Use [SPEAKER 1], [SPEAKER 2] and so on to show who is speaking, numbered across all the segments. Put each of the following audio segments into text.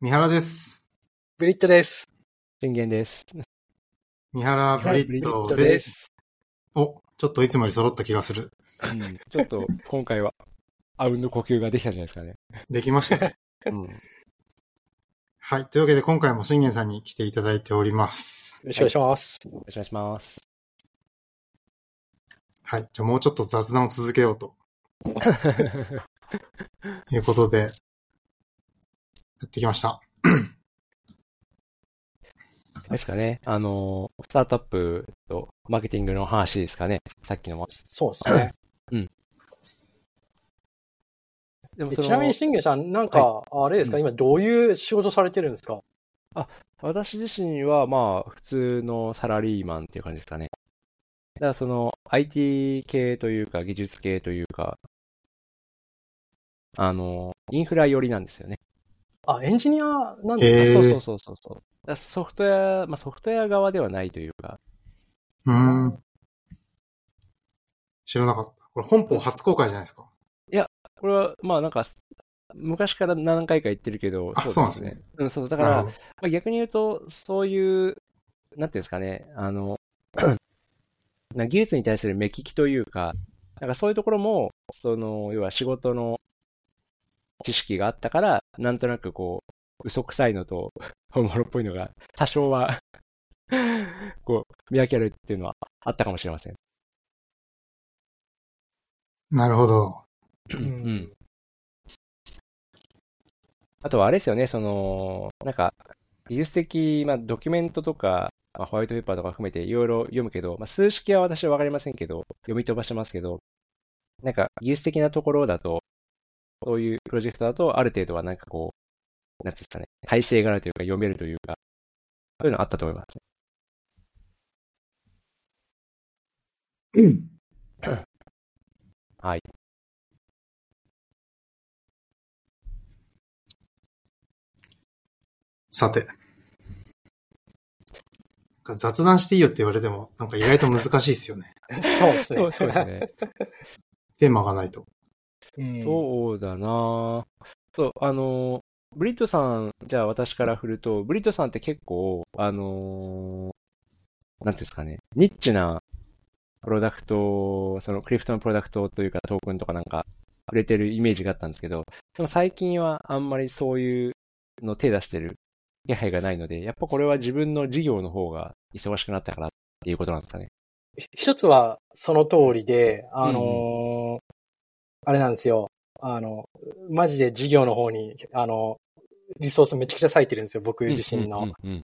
[SPEAKER 1] 三原です。
[SPEAKER 2] ブリットです。
[SPEAKER 3] 人間です。
[SPEAKER 1] 三原ブリットです。お、ちょっといつもより揃った気がする。
[SPEAKER 3] うんちょっと今回は、あうんの呼吸ができたんじゃないですかね。
[SPEAKER 1] できました ね。
[SPEAKER 3] うん。
[SPEAKER 1] はい。というわけで今回も信玄さんに来ていただいております。
[SPEAKER 2] よろしくお願いします。
[SPEAKER 3] よろしくお願いします。
[SPEAKER 1] はい。じゃあもうちょっと雑談を続けようと いうことで、やってきました。
[SPEAKER 3] ですかね。あの、スタートアップとマーケティングの話ですかね。さっきのも。
[SPEAKER 2] そうですね。
[SPEAKER 3] でも
[SPEAKER 2] え
[SPEAKER 3] その
[SPEAKER 2] ちなみに、信玄さん、なんか、あれですか、今どういう仕事されてるんですか
[SPEAKER 3] 私自身はまあ、普通のサラリーマンっていう感じですかね。だからその、IT 系というか、技術系というか、あの、インフラ寄りなんですよね。
[SPEAKER 2] あ、エンジニアなん
[SPEAKER 1] え
[SPEAKER 2] で
[SPEAKER 1] ー
[SPEAKER 3] そうそうそうそうそう。だからソフトウェア、まあソフトウェア側ではないというか、
[SPEAKER 1] うーん。知らなかった。これ本邦初公開じゃないですか。
[SPEAKER 3] これは、まあなんか、昔から何回か言ってるけど、
[SPEAKER 1] あ、そうなんですね。。
[SPEAKER 3] うん、そう、だか
[SPEAKER 1] なる
[SPEAKER 3] ら、
[SPEAKER 1] ほ
[SPEAKER 3] ま
[SPEAKER 1] ど。
[SPEAKER 3] あ、逆に言うと、そういう、なんていうんですかね、あの、 な技術に対する目利きというか、なんかそういうところも、その、要は仕事の知識があったから、なんとなくこう、嘘くさいのと、 おもろっぽいのが、多少は、 こう、見分けられるっていうのはあったかもしれません。
[SPEAKER 1] なるほど。
[SPEAKER 2] すか、
[SPEAKER 3] うん。あとはあれですよね、その、なんか、技術的、まあ、ドキュメントとか、まあ、ホワイトペーパーとか含めていろいろ読むけど、まあ、数式は私はわかりませんけど、読み飛ばしてますけど、なんか、技術的なところだと、そういうプロジェクトだと、ある程度はなんかこう、なんていうんですかね、体制があるというか、読めるというか、そういうのあったと思います。
[SPEAKER 2] うん。
[SPEAKER 3] はい。
[SPEAKER 1] さて。なんか雑談していいよって言われても、なんか意外と難しいですよね。
[SPEAKER 2] そうですね
[SPEAKER 3] そう。そうですね。
[SPEAKER 1] テーマがないと。
[SPEAKER 2] うん
[SPEAKER 3] そうだなぁそう、あのー、ブリットさん、じゃあ私から振ると、ブリットさんって結構、あのーなんていうんですかね、ニッチなプロダクト、そのクリプトのプロダクトというかトークンとかなんか売れてるイメージがあったんですけど、でも最近はあんまりそういうの手出してる気配がないので、やっぱこれは自分の事業の方が忙しくなったからっていうことなんですかね。
[SPEAKER 2] 一つはその通りで、あのーあれなんですよ。あの、マジで事業の方に、あの、リソースめちゃくちゃ割いてるんですよ、僕自身の。
[SPEAKER 3] うんうんうん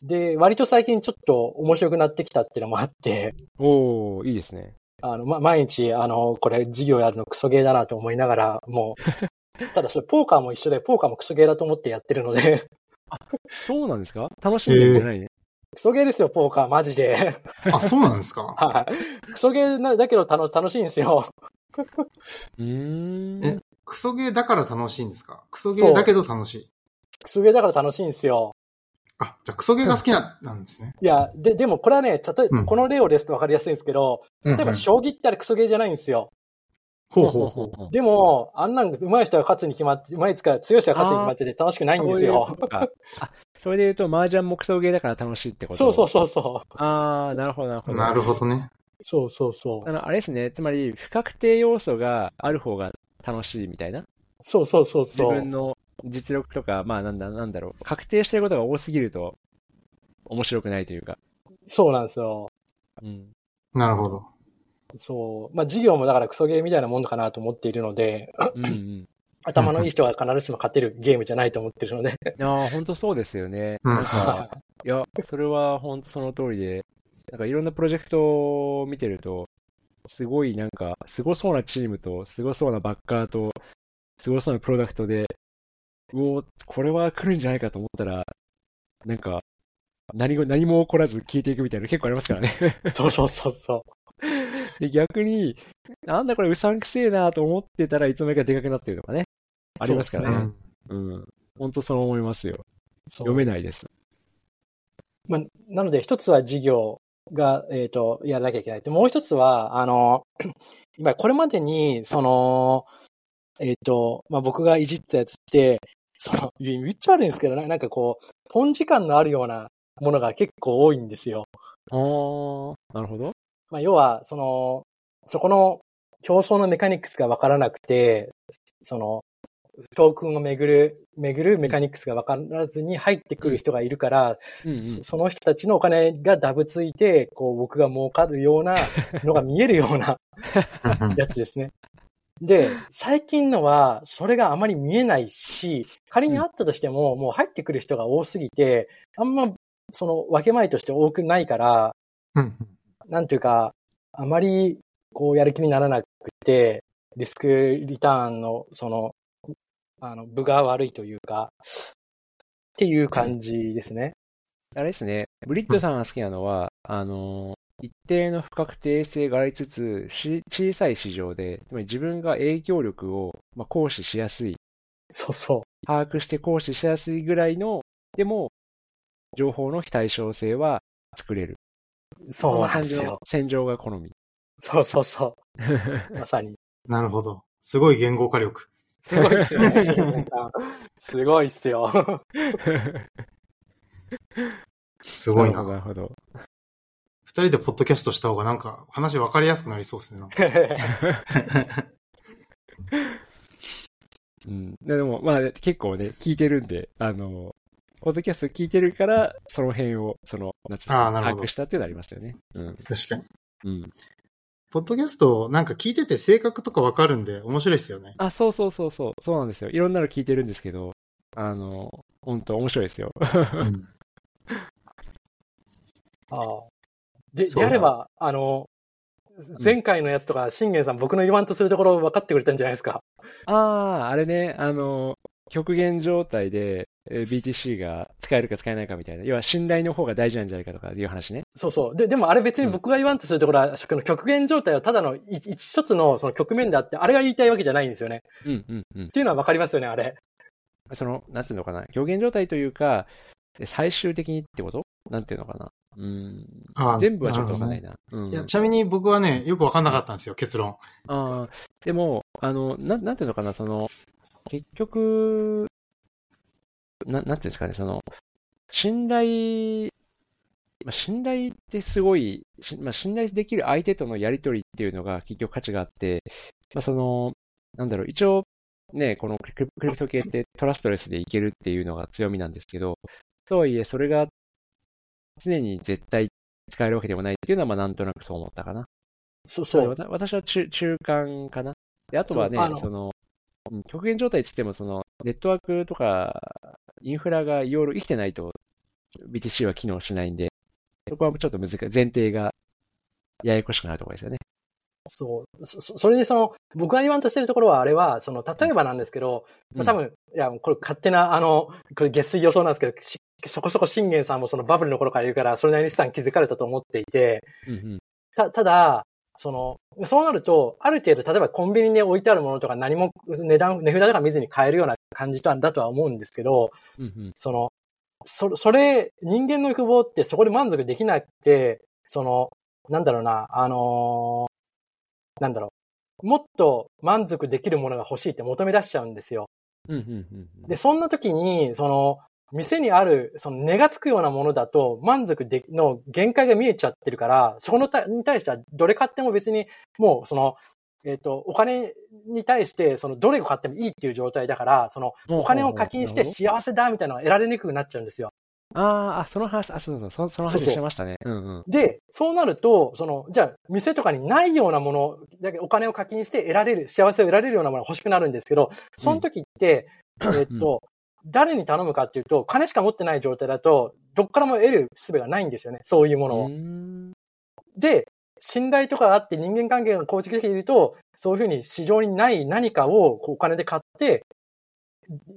[SPEAKER 2] で、割と最近ちょっと面白くなってきたっていうのもあって、
[SPEAKER 3] おー、いいですね。
[SPEAKER 2] あの、ま、毎日、あの、これ授業やるのクソゲーだなと思いながら、もう、ただそれポーカーも一緒で、ポーカーもクソゲーだと思ってやってるので、
[SPEAKER 3] そうなんですか楽しんでるんじゃないね。
[SPEAKER 2] クソゲーですよ、ポーカー、マジで。
[SPEAKER 1] あ、そうなんですか
[SPEAKER 2] はい。クソゲーな、だけど楽楽しいんですよ。
[SPEAKER 3] うーん。
[SPEAKER 1] えクソゲーだから楽しいんですかクソゲーだけど楽しい。
[SPEAKER 2] クソゲーだから楽しいんですよ。
[SPEAKER 1] あ、じゃあクソゲーが好きな、なんですね。
[SPEAKER 2] いや、で、でもこれはね、ちょっと、
[SPEAKER 1] うん
[SPEAKER 2] この例をですと分かりやすいんですけど、
[SPEAKER 1] 例
[SPEAKER 2] 例えば将棋ってあれクソゲーじゃないんですよ。
[SPEAKER 1] ほうほうほう。
[SPEAKER 3] う。
[SPEAKER 2] でも、あんなん上手い人が勝つに決まって、上手いつか強い人が勝つに決まってて楽しくないんです
[SPEAKER 3] そういう
[SPEAKER 2] よ。
[SPEAKER 3] ことかあ、それで言うと、麻雀もクソゲーだから楽しいってこと
[SPEAKER 2] そうそう
[SPEAKER 3] う。
[SPEAKER 2] そうそう。
[SPEAKER 3] あー、なるほど、なるほど。
[SPEAKER 1] なるほどね。
[SPEAKER 2] そうそうそう
[SPEAKER 3] あ。の、あれですね、つまり、不確定要素がある方が楽しいみたいな。
[SPEAKER 2] そうそうそう
[SPEAKER 3] 自
[SPEAKER 2] そう。
[SPEAKER 3] 分の実力とか、まあ、なんだ、なんだろう。確定してることが多すぎると、面白くないというか。
[SPEAKER 2] そうなんですよ。
[SPEAKER 3] うん。
[SPEAKER 1] なるほど。
[SPEAKER 2] そう。まあ、授業もだからクソゲーみたいなもんかなと思っているの で、
[SPEAKER 3] うん、うん。
[SPEAKER 2] 頭のいい人が必ずしも勝てるゲームじゃないと思ってるので。
[SPEAKER 3] いやー、ほんとそうですよね。
[SPEAKER 1] うん
[SPEAKER 3] なんか、いや、それはほんとその通りで、なんかいろんなプロジェクトを見てると、すごいなんか、すごそうなチームと、すごそうなバッカーと、すごそうなプロダクトで、うお、これは来るんじゃないかと思ったら、なんか、何も、何も起こらず聞いていくみたいなの結構ありますからね。
[SPEAKER 2] そうそうそうそ
[SPEAKER 3] で逆に、なんだこれうさんくせえなと思ってたらいつの間にかでかくなってるとかね。ありますか
[SPEAKER 1] う
[SPEAKER 3] らね。
[SPEAKER 1] ん。
[SPEAKER 3] うん。ほんとそう思いますよ。
[SPEAKER 2] う。
[SPEAKER 3] 読め
[SPEAKER 2] い。
[SPEAKER 3] ないです。
[SPEAKER 2] まあ、なので一つは授業が、えっ、と、やらなきゃいけない。で、もう一つは、あの、 今これまでに、その、えっ、と、まあ、僕がいじってたやつって、その、いや言っちゃ悪いんですけど、ななんかこう、本時間のあるようなものが結構多いんですよ。
[SPEAKER 3] あー、なるほど。
[SPEAKER 2] まあ、要は、その、そこの競争のメカニクスがわからなくて、その、トークンをめぐる、めぐるメカニクスがわからずに入ってくる人がいるから、
[SPEAKER 3] うん、うん。
[SPEAKER 2] そその人たちのお金がダブついて、こう僕が儲かるようなのが見えるよう なやつですね。で、最近のは、それがあまり見えないし、仮にあったとしても、もう入ってくる人が多すぎて、あんま、その、分け前として多くないから、
[SPEAKER 1] うん
[SPEAKER 2] なんていうか、あまり、こう、やる気にならなくて、リスクリターンの、その、あの、部が悪いというか、っていう感じですね。
[SPEAKER 3] あれですね、ブリッドさんが好きなのは、あの、一定の不確定性がありつつ、し小さい市場で、つまり自分が影響力を、まあ、行使しやすい、
[SPEAKER 2] そうそ
[SPEAKER 3] 把握して行使しやすいぐらいの、でも、情報の非対称性は作れる。
[SPEAKER 2] う。そうなんです
[SPEAKER 3] この
[SPEAKER 2] よ。
[SPEAKER 3] 戦場が好 み。
[SPEAKER 2] そうそうそう。まさに。
[SPEAKER 1] なるほど。すごい言語化力。
[SPEAKER 2] すごいっすよね。 すごいっすよ。
[SPEAKER 1] すごいな。
[SPEAKER 3] なるほど。なるほど
[SPEAKER 1] 二人でポッドキャストした方がなんか話分かりやすくなりそうですね。なんか
[SPEAKER 3] うん、ででも、まあ、結構ね、聞いてるんで、あの、ポッドキャスト聞いてるから、その辺を、その、なんていう
[SPEAKER 1] あー
[SPEAKER 3] の
[SPEAKER 1] なるほど
[SPEAKER 3] 把握したっていうのありますよね。うん。
[SPEAKER 1] 確かに。
[SPEAKER 3] うん。
[SPEAKER 1] ポッドキャストなんか聞いてて性格とか分かるんで面白いですよね。
[SPEAKER 3] あ、そうそうそうそう、そうなんですよ。いろんなの聞いてるんですけど、あの、本当面白いですよ。
[SPEAKER 1] うん
[SPEAKER 2] ああで、
[SPEAKER 1] そうだ
[SPEAKER 2] であれば、あの、前回のやつとか、信玄さん僕の言わんとするところ分かってくれたんじゃないですか。
[SPEAKER 3] ああ、あれね、あの、極限状態で、えー BTC が使えるか使えないかみたいな。要は信頼の方が大事なんじゃないかとかいう話ね。
[SPEAKER 2] そうそう。で、でもあれ別に僕が言わんとするところは、その極限状態はただのい一つのその局面であって、あれが言いたいわけじゃないんですよね。っ
[SPEAKER 3] うんうんうん。
[SPEAKER 2] ていうのは分かりますよね、あれ。
[SPEAKER 3] その、なんていうのかな。極限状態というか、え最終的にってことなんていうのかな。うん。
[SPEAKER 1] あー
[SPEAKER 3] 全部はちょっとわかんない
[SPEAKER 1] る
[SPEAKER 3] な。う
[SPEAKER 1] ほどね
[SPEAKER 3] ん。
[SPEAKER 1] いや、ちなみに僕はね、よく分かんなかったんですよ、結論。
[SPEAKER 3] ああ、でも、あの、なん、なんていうのかな、その、結局、な、なんていうんですかね、その、信頼、まあ、信頼ってすごい、しまあ、信頼できる相手とのやりとりっていうのが結局価値があって、まあ、その、なんだろう、一応、ね、このクリプクリプト系ってトラストレスでいけるっていうのが強みなんですけど、とはいえ、それが常に絶対使えるわけでもないっていうのは、まあ、なんとなくそう思ったかな。
[SPEAKER 2] そう
[SPEAKER 3] そ
[SPEAKER 2] そうう。
[SPEAKER 3] わた私は中中間かな。で、あとはね、
[SPEAKER 2] そうあ
[SPEAKER 3] そ
[SPEAKER 2] の
[SPEAKER 3] の、うん極限状態っつっても、その、ネットワークとか、インフラがいろいろ生きてないと、BTC は機能しないんで、そこはちょっと難しい。前提が、ややこしくなるところですよね。
[SPEAKER 2] そう。そそそれにその、僕が言わんとしてるところは、あれは、その、例えばなんですけど、まあ、多分、いや、これ勝手な、あの、これ下水予想なんですけど、しそこそこ信玄さんもそのバブルの頃からいるから、それなりに資産築かれたと思っていて、
[SPEAKER 3] うんうん
[SPEAKER 2] た、ただ、その、そうなると、ある程度、例えばコンビニで置いてあるものとか何も値段、値札とか見ずに買えるような感じとはだとは思うんですけど、
[SPEAKER 3] うんうん
[SPEAKER 2] その、そ、それ、人間の欲望ってそこで満足できなくて、その、なんだろうな、あのーなんだろう。もっと満足できるものが欲しいって求め出しちゃうんですよ。
[SPEAKER 3] うんうんうんうん
[SPEAKER 2] で、そんな時に、その、店にある、その、値がつくようなものだと、満足で、の限界が見えちゃってるから、そこのた、に対しては、どれ買っても別に、もう、その、えっ、と、お金に対して、その、どれを買ってもいいっていう状態だから、その、お金を課金して幸せだみたいなのが得られにくくなっちゃうんですよ。
[SPEAKER 3] あーあ、その話、あ、そうそうそう、そその話
[SPEAKER 2] そうそう
[SPEAKER 3] してましたね。うんうん。
[SPEAKER 2] で、そうなると、その、じゃあ、店とかにないようなもの、だけどお金を課金して得られる、幸せを得られるようなものが欲しくなるんですけど、その時って、えっと、誰に頼むかっていうと、金しか持ってない状態だと、どっからも得る術がないんですよね、そういうものを。
[SPEAKER 3] うーん
[SPEAKER 2] で、信頼とかあって人間関係が構築できていると、そういうふうに市場にない何かをこうお金で買って、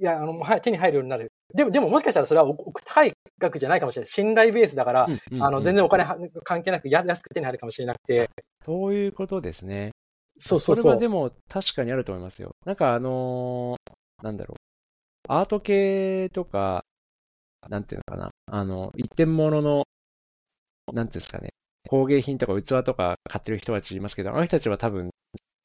[SPEAKER 2] いや、あの、はい手に入るようになる。でも、でももしかしたらそれはおお高い額じゃないかもしれない。信頼ベースだから、
[SPEAKER 3] うんうんうん
[SPEAKER 2] あの、全然お金は関係なくや安く手に入るかもしれなくて。
[SPEAKER 3] そういうことですね。
[SPEAKER 2] そうそう
[SPEAKER 3] れ
[SPEAKER 2] そ
[SPEAKER 3] はで
[SPEAKER 2] う。
[SPEAKER 3] も確かにあると思いますよ。なんかあのーなんだろう。アート系とか、なんていうのかな。あの、一点物の、なんていうんですかね。工芸品とか器とか買ってる人たちいますけど、あの人たちは多分、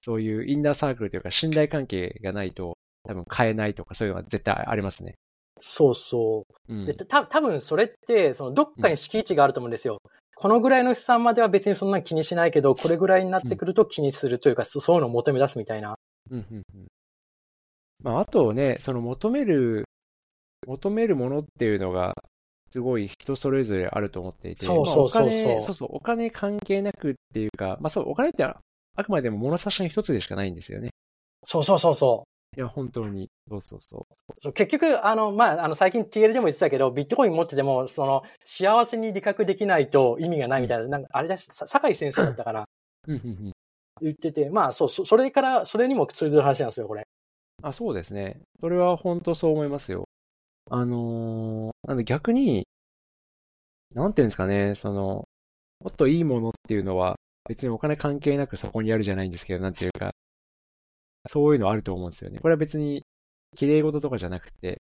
[SPEAKER 3] そういうインナーサークルというか信頼関係がないと、多分買えないとか、そういうのは絶対ありますね。
[SPEAKER 2] そうそうう。
[SPEAKER 3] ん
[SPEAKER 2] で、。た、多分それって、その、どっかに敷地があると思うんですよ。このぐらいの資産までは別にそんなに気にしないけど、これぐらいになってくると気にするというか、そそういうのを求め出すみたいな。
[SPEAKER 3] うんうんうんまあ、あとね、その求める、求めるものっていうのが、すごい人それぞれあると思っていて、
[SPEAKER 2] そうそうそう
[SPEAKER 3] まあお金
[SPEAKER 2] そう
[SPEAKER 3] そうそう、お金関係なくっていうか、まあそう、お金ってああくまでも物差しの一つでしかないんですよね。
[SPEAKER 2] そうそうそうそう。
[SPEAKER 3] いや、本当に。そうそうそ
[SPEAKER 2] そう結局、あの、まあ、あの、最近 TL でも言ってたけど、ビットコイン持ってても、その、幸せに理覚できないと意味がないみたいな、なんか、あれだし、さ酒井先生だったかな、
[SPEAKER 3] う。うんうんうん。
[SPEAKER 2] 言ってて、まあ、そう、そそれから、それにも通ずる話なんですよ、これ。
[SPEAKER 3] あ、そうですね。それは本当そう思いますよ。あのーなんで逆に、なんていうんですかね、その、もっといいものっていうのは、別にお金関係なくそこにあるじゃないんですけど、なんていうか、そういうのあると思うんですよね。これは別に、綺麗事とかじゃなくて、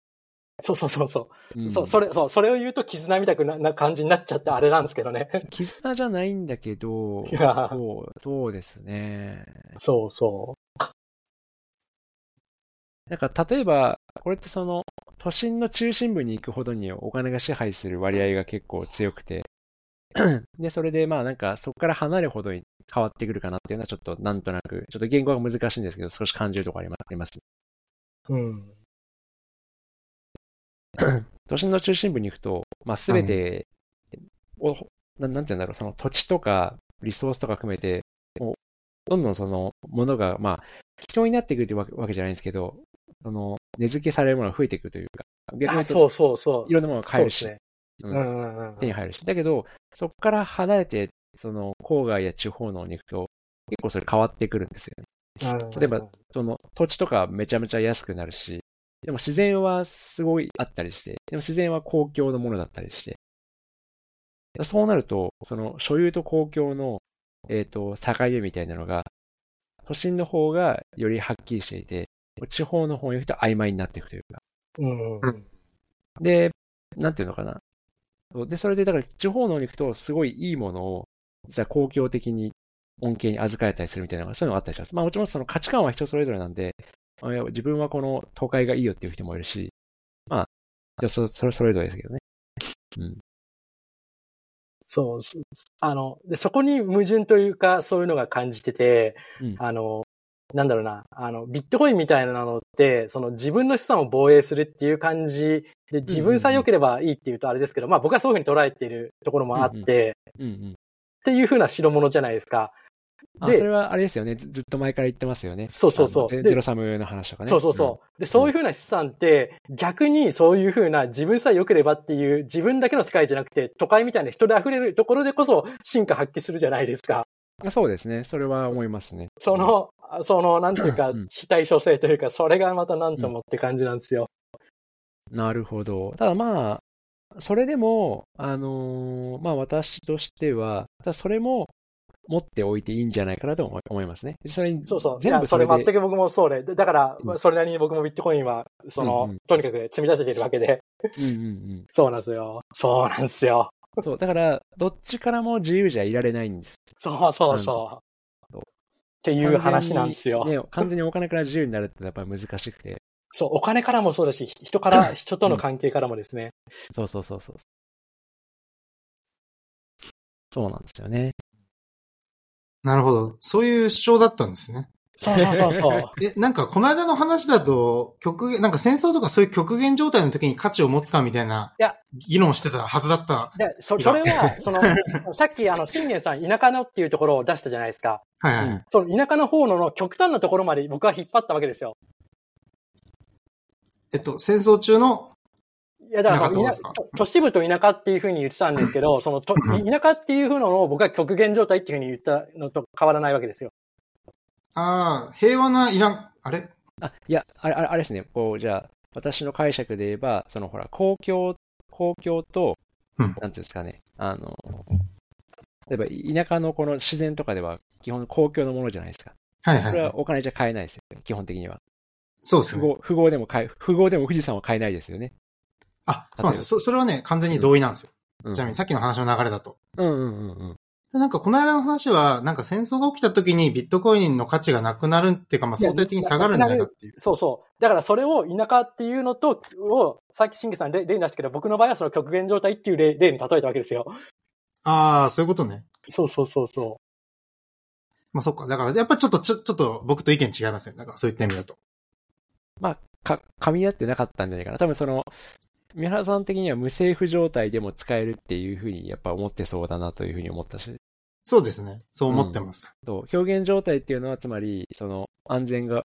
[SPEAKER 2] そうそうそうそうう、
[SPEAKER 3] ん
[SPEAKER 2] そう、それ、そう、それを言うと絆みたくなな感じになっちゃって、あれなんですけど ね。
[SPEAKER 3] 絆じゃないんだけど、
[SPEAKER 2] いや
[SPEAKER 3] そう、そうですね。
[SPEAKER 2] そうそ
[SPEAKER 3] なんか例えば、これってその、都心の中心部に行くほどにお金が支配する割合が結構強くて、 で、それでまあなんかそこから離れるほどに変わってくるかなっていうのはちょっとなんとなく、ちょっと言語が難しいんですけど、少し感じるところありまあります。
[SPEAKER 2] う。うん。
[SPEAKER 3] 都心の中心部に行くと、まあすべて、おな、なんて言うんだろう、その土地とかリソースとか含めて、もうどんどんそのものが、まあ、貴重になってくるってわけわけじゃないんですけど、その、根付けされるものが増えていくというか、逆に言
[SPEAKER 2] あ
[SPEAKER 3] うと
[SPEAKER 2] そうそうそう。
[SPEAKER 3] いろんなものが買えるし
[SPEAKER 2] そうですね。
[SPEAKER 3] うん
[SPEAKER 2] うんうんうん。
[SPEAKER 3] 手に入るし。だけど、そこから離れて、その郊外や地方のに行くと、結構それ変わってくるんですよね。
[SPEAKER 2] 例
[SPEAKER 3] 例えばその土地とかめちゃめちゃ安くなるし、でも自然はすごいあったりして、でも自然は公共のものだったりして。そうなると、その所有と公共の、えっ、と、境目みたいなのが、都心の方がよりはっきりしていて、地方の方に行くと曖昧になっていくというか。
[SPEAKER 2] うんうん。
[SPEAKER 3] で、なんていうのかな。そうで、それで、だから地方の方に行くと、すごいいいものを、実は公共的に恩恵に預かれたりするみたいなのが、そういうのがあったりします。まあもちろんその価値観は人それぞれなんで、あいや自分はこの都会がいいよっていう人もいるし、まあ、じゃあそそれそれぞれですけどね。
[SPEAKER 2] そう、そあの、で、そこに矛盾というか、そういうのが感じてて、
[SPEAKER 3] うん
[SPEAKER 2] あの、なんだろうな、あの、ビットコインみたいなのって、その自分の資産を防衛するっていう感じで、自分さえ良ければいいっていうとあれですけど、まあ僕はそういうふうに捉えているところもあって、
[SPEAKER 3] うんうんうんうん。
[SPEAKER 2] っていうふうな代物じゃないですか。
[SPEAKER 3] あ、そ
[SPEAKER 2] で
[SPEAKER 3] れはあれですよねず。ずっと前から言ってますよね。
[SPEAKER 2] そうそうそう
[SPEAKER 3] あの
[SPEAKER 2] で
[SPEAKER 3] ゼロサムの話とかね。
[SPEAKER 2] そうそうそう。で、そういうふうな資産って、逆にそういうふうな自分さえ良ければっていう、自分だけの世界じゃなくて、都会みたいな人で溢れるところでこそ、進化発揮するじゃないですか。
[SPEAKER 3] うんあそうですね。それは思いますね。
[SPEAKER 2] その、あその、なんていうか
[SPEAKER 3] うん、
[SPEAKER 2] 非対称性というか、それがまたなんともって感じなんですよ。
[SPEAKER 3] なるほど。ただまあ、それでも、あのーまあ私としては、ただそれも持っておいていいんじゃないかなと思い思いますね。それに
[SPEAKER 2] そうそう。い
[SPEAKER 3] 全
[SPEAKER 2] や
[SPEAKER 3] 部
[SPEAKER 2] そ
[SPEAKER 3] そ
[SPEAKER 2] れ
[SPEAKER 3] れ
[SPEAKER 2] 全
[SPEAKER 3] で、
[SPEAKER 2] く僕もそうで、だだから、
[SPEAKER 3] うん
[SPEAKER 2] それなりに僕もビットコインは、その、
[SPEAKER 3] うんうん
[SPEAKER 2] とにかく積み立ててるわけで、
[SPEAKER 3] うんうん
[SPEAKER 2] そうなんですよ。そうなんですよ。
[SPEAKER 3] うん。そう、だから、どっちからも自由じゃいられないんです。
[SPEAKER 2] そうそうそう。
[SPEAKER 3] うん
[SPEAKER 2] っていう話なんですよ。
[SPEAKER 3] ね、完全にお金から自由になるってやっぱり難しくて。
[SPEAKER 2] そう、お金からもそうだし、ひ人から、人との関係からもですね。
[SPEAKER 3] そうそうそうそう。そうなんですよね。
[SPEAKER 1] なるほど。そういう主張だったんですね。
[SPEAKER 2] そうそうそうそう。
[SPEAKER 1] え、なんか、この間の話だと、極限、なんか戦争とかそういう極限状態の時に価値を持つかみたいない
[SPEAKER 2] や、
[SPEAKER 1] 議論してたはずだった。
[SPEAKER 2] で、そ、
[SPEAKER 1] いや
[SPEAKER 2] それ は、その、さっき、あの、信玄さん、田舎のっていうところを出したじゃないですか。
[SPEAKER 1] はいはい。
[SPEAKER 3] うん
[SPEAKER 2] その田舎の方のの極端なところまで僕は引っ張ったわけですよ。
[SPEAKER 1] えっと、戦争中の、
[SPEAKER 2] いや、だ
[SPEAKER 1] 田
[SPEAKER 2] から
[SPEAKER 1] 舎どうですか
[SPEAKER 2] 田都市部と田舎っていうふうに言ってたんですけど、そのと
[SPEAKER 1] う
[SPEAKER 2] 田舎っていうふうなのを僕は極限状態っていうふうに言ったのと変わらないわけですよ。
[SPEAKER 1] ああ、平和なイラン、あれ
[SPEAKER 3] あ、いや、あれ、あれあれですね。こう、じゃあ、私の解釈で言えば、そのほら、公共、公共と、
[SPEAKER 1] うん
[SPEAKER 3] なんていうんですかね、あの、例えば田舎のこの自然とかでは、基本公共のものじゃないですか。
[SPEAKER 1] はい
[SPEAKER 3] こ
[SPEAKER 1] はい
[SPEAKER 3] れは
[SPEAKER 1] はい。
[SPEAKER 3] お金じゃ買えないですよね、基本的には。
[SPEAKER 1] そうです
[SPEAKER 3] 富
[SPEAKER 1] よね。
[SPEAKER 3] 豪、富豪でも買え、富豪でも富士山は買えないですよね。
[SPEAKER 1] あ、そうなんですよ。そそれはね、完全に同意なんですよ。
[SPEAKER 3] うん
[SPEAKER 1] ちなみにさっきの話の流れだと。
[SPEAKER 3] うんうんうんうん。
[SPEAKER 1] でなんかこの間の話は、なんか戦争が起きた時にビットコインの価値がなくなるっていうか、まあ
[SPEAKER 2] いや
[SPEAKER 1] 相対的に下がるんじゃないかっていう。
[SPEAKER 2] そうそう。だからそれを田舎っていうのと、を、さっき新下さん例例に出したけど、僕の場合はその極限状態っていう例例に例えたわけですよ。
[SPEAKER 1] ああ、そういうことね。
[SPEAKER 2] そうそうそうそ
[SPEAKER 1] まあそっか。だからやっぱちょっと、ちょちょっと僕と意見違いますよね。だからそういった意味だと。
[SPEAKER 3] か、噛み合ってなかったんじゃないかな。多分その、三原さん的には無政府状態でも使えるっていうふうにやっぱ思ってそうだなというふうに思ったし、
[SPEAKER 1] そうですね。そう思ってます。
[SPEAKER 3] と表現状態っていうのはつまり、その安全が、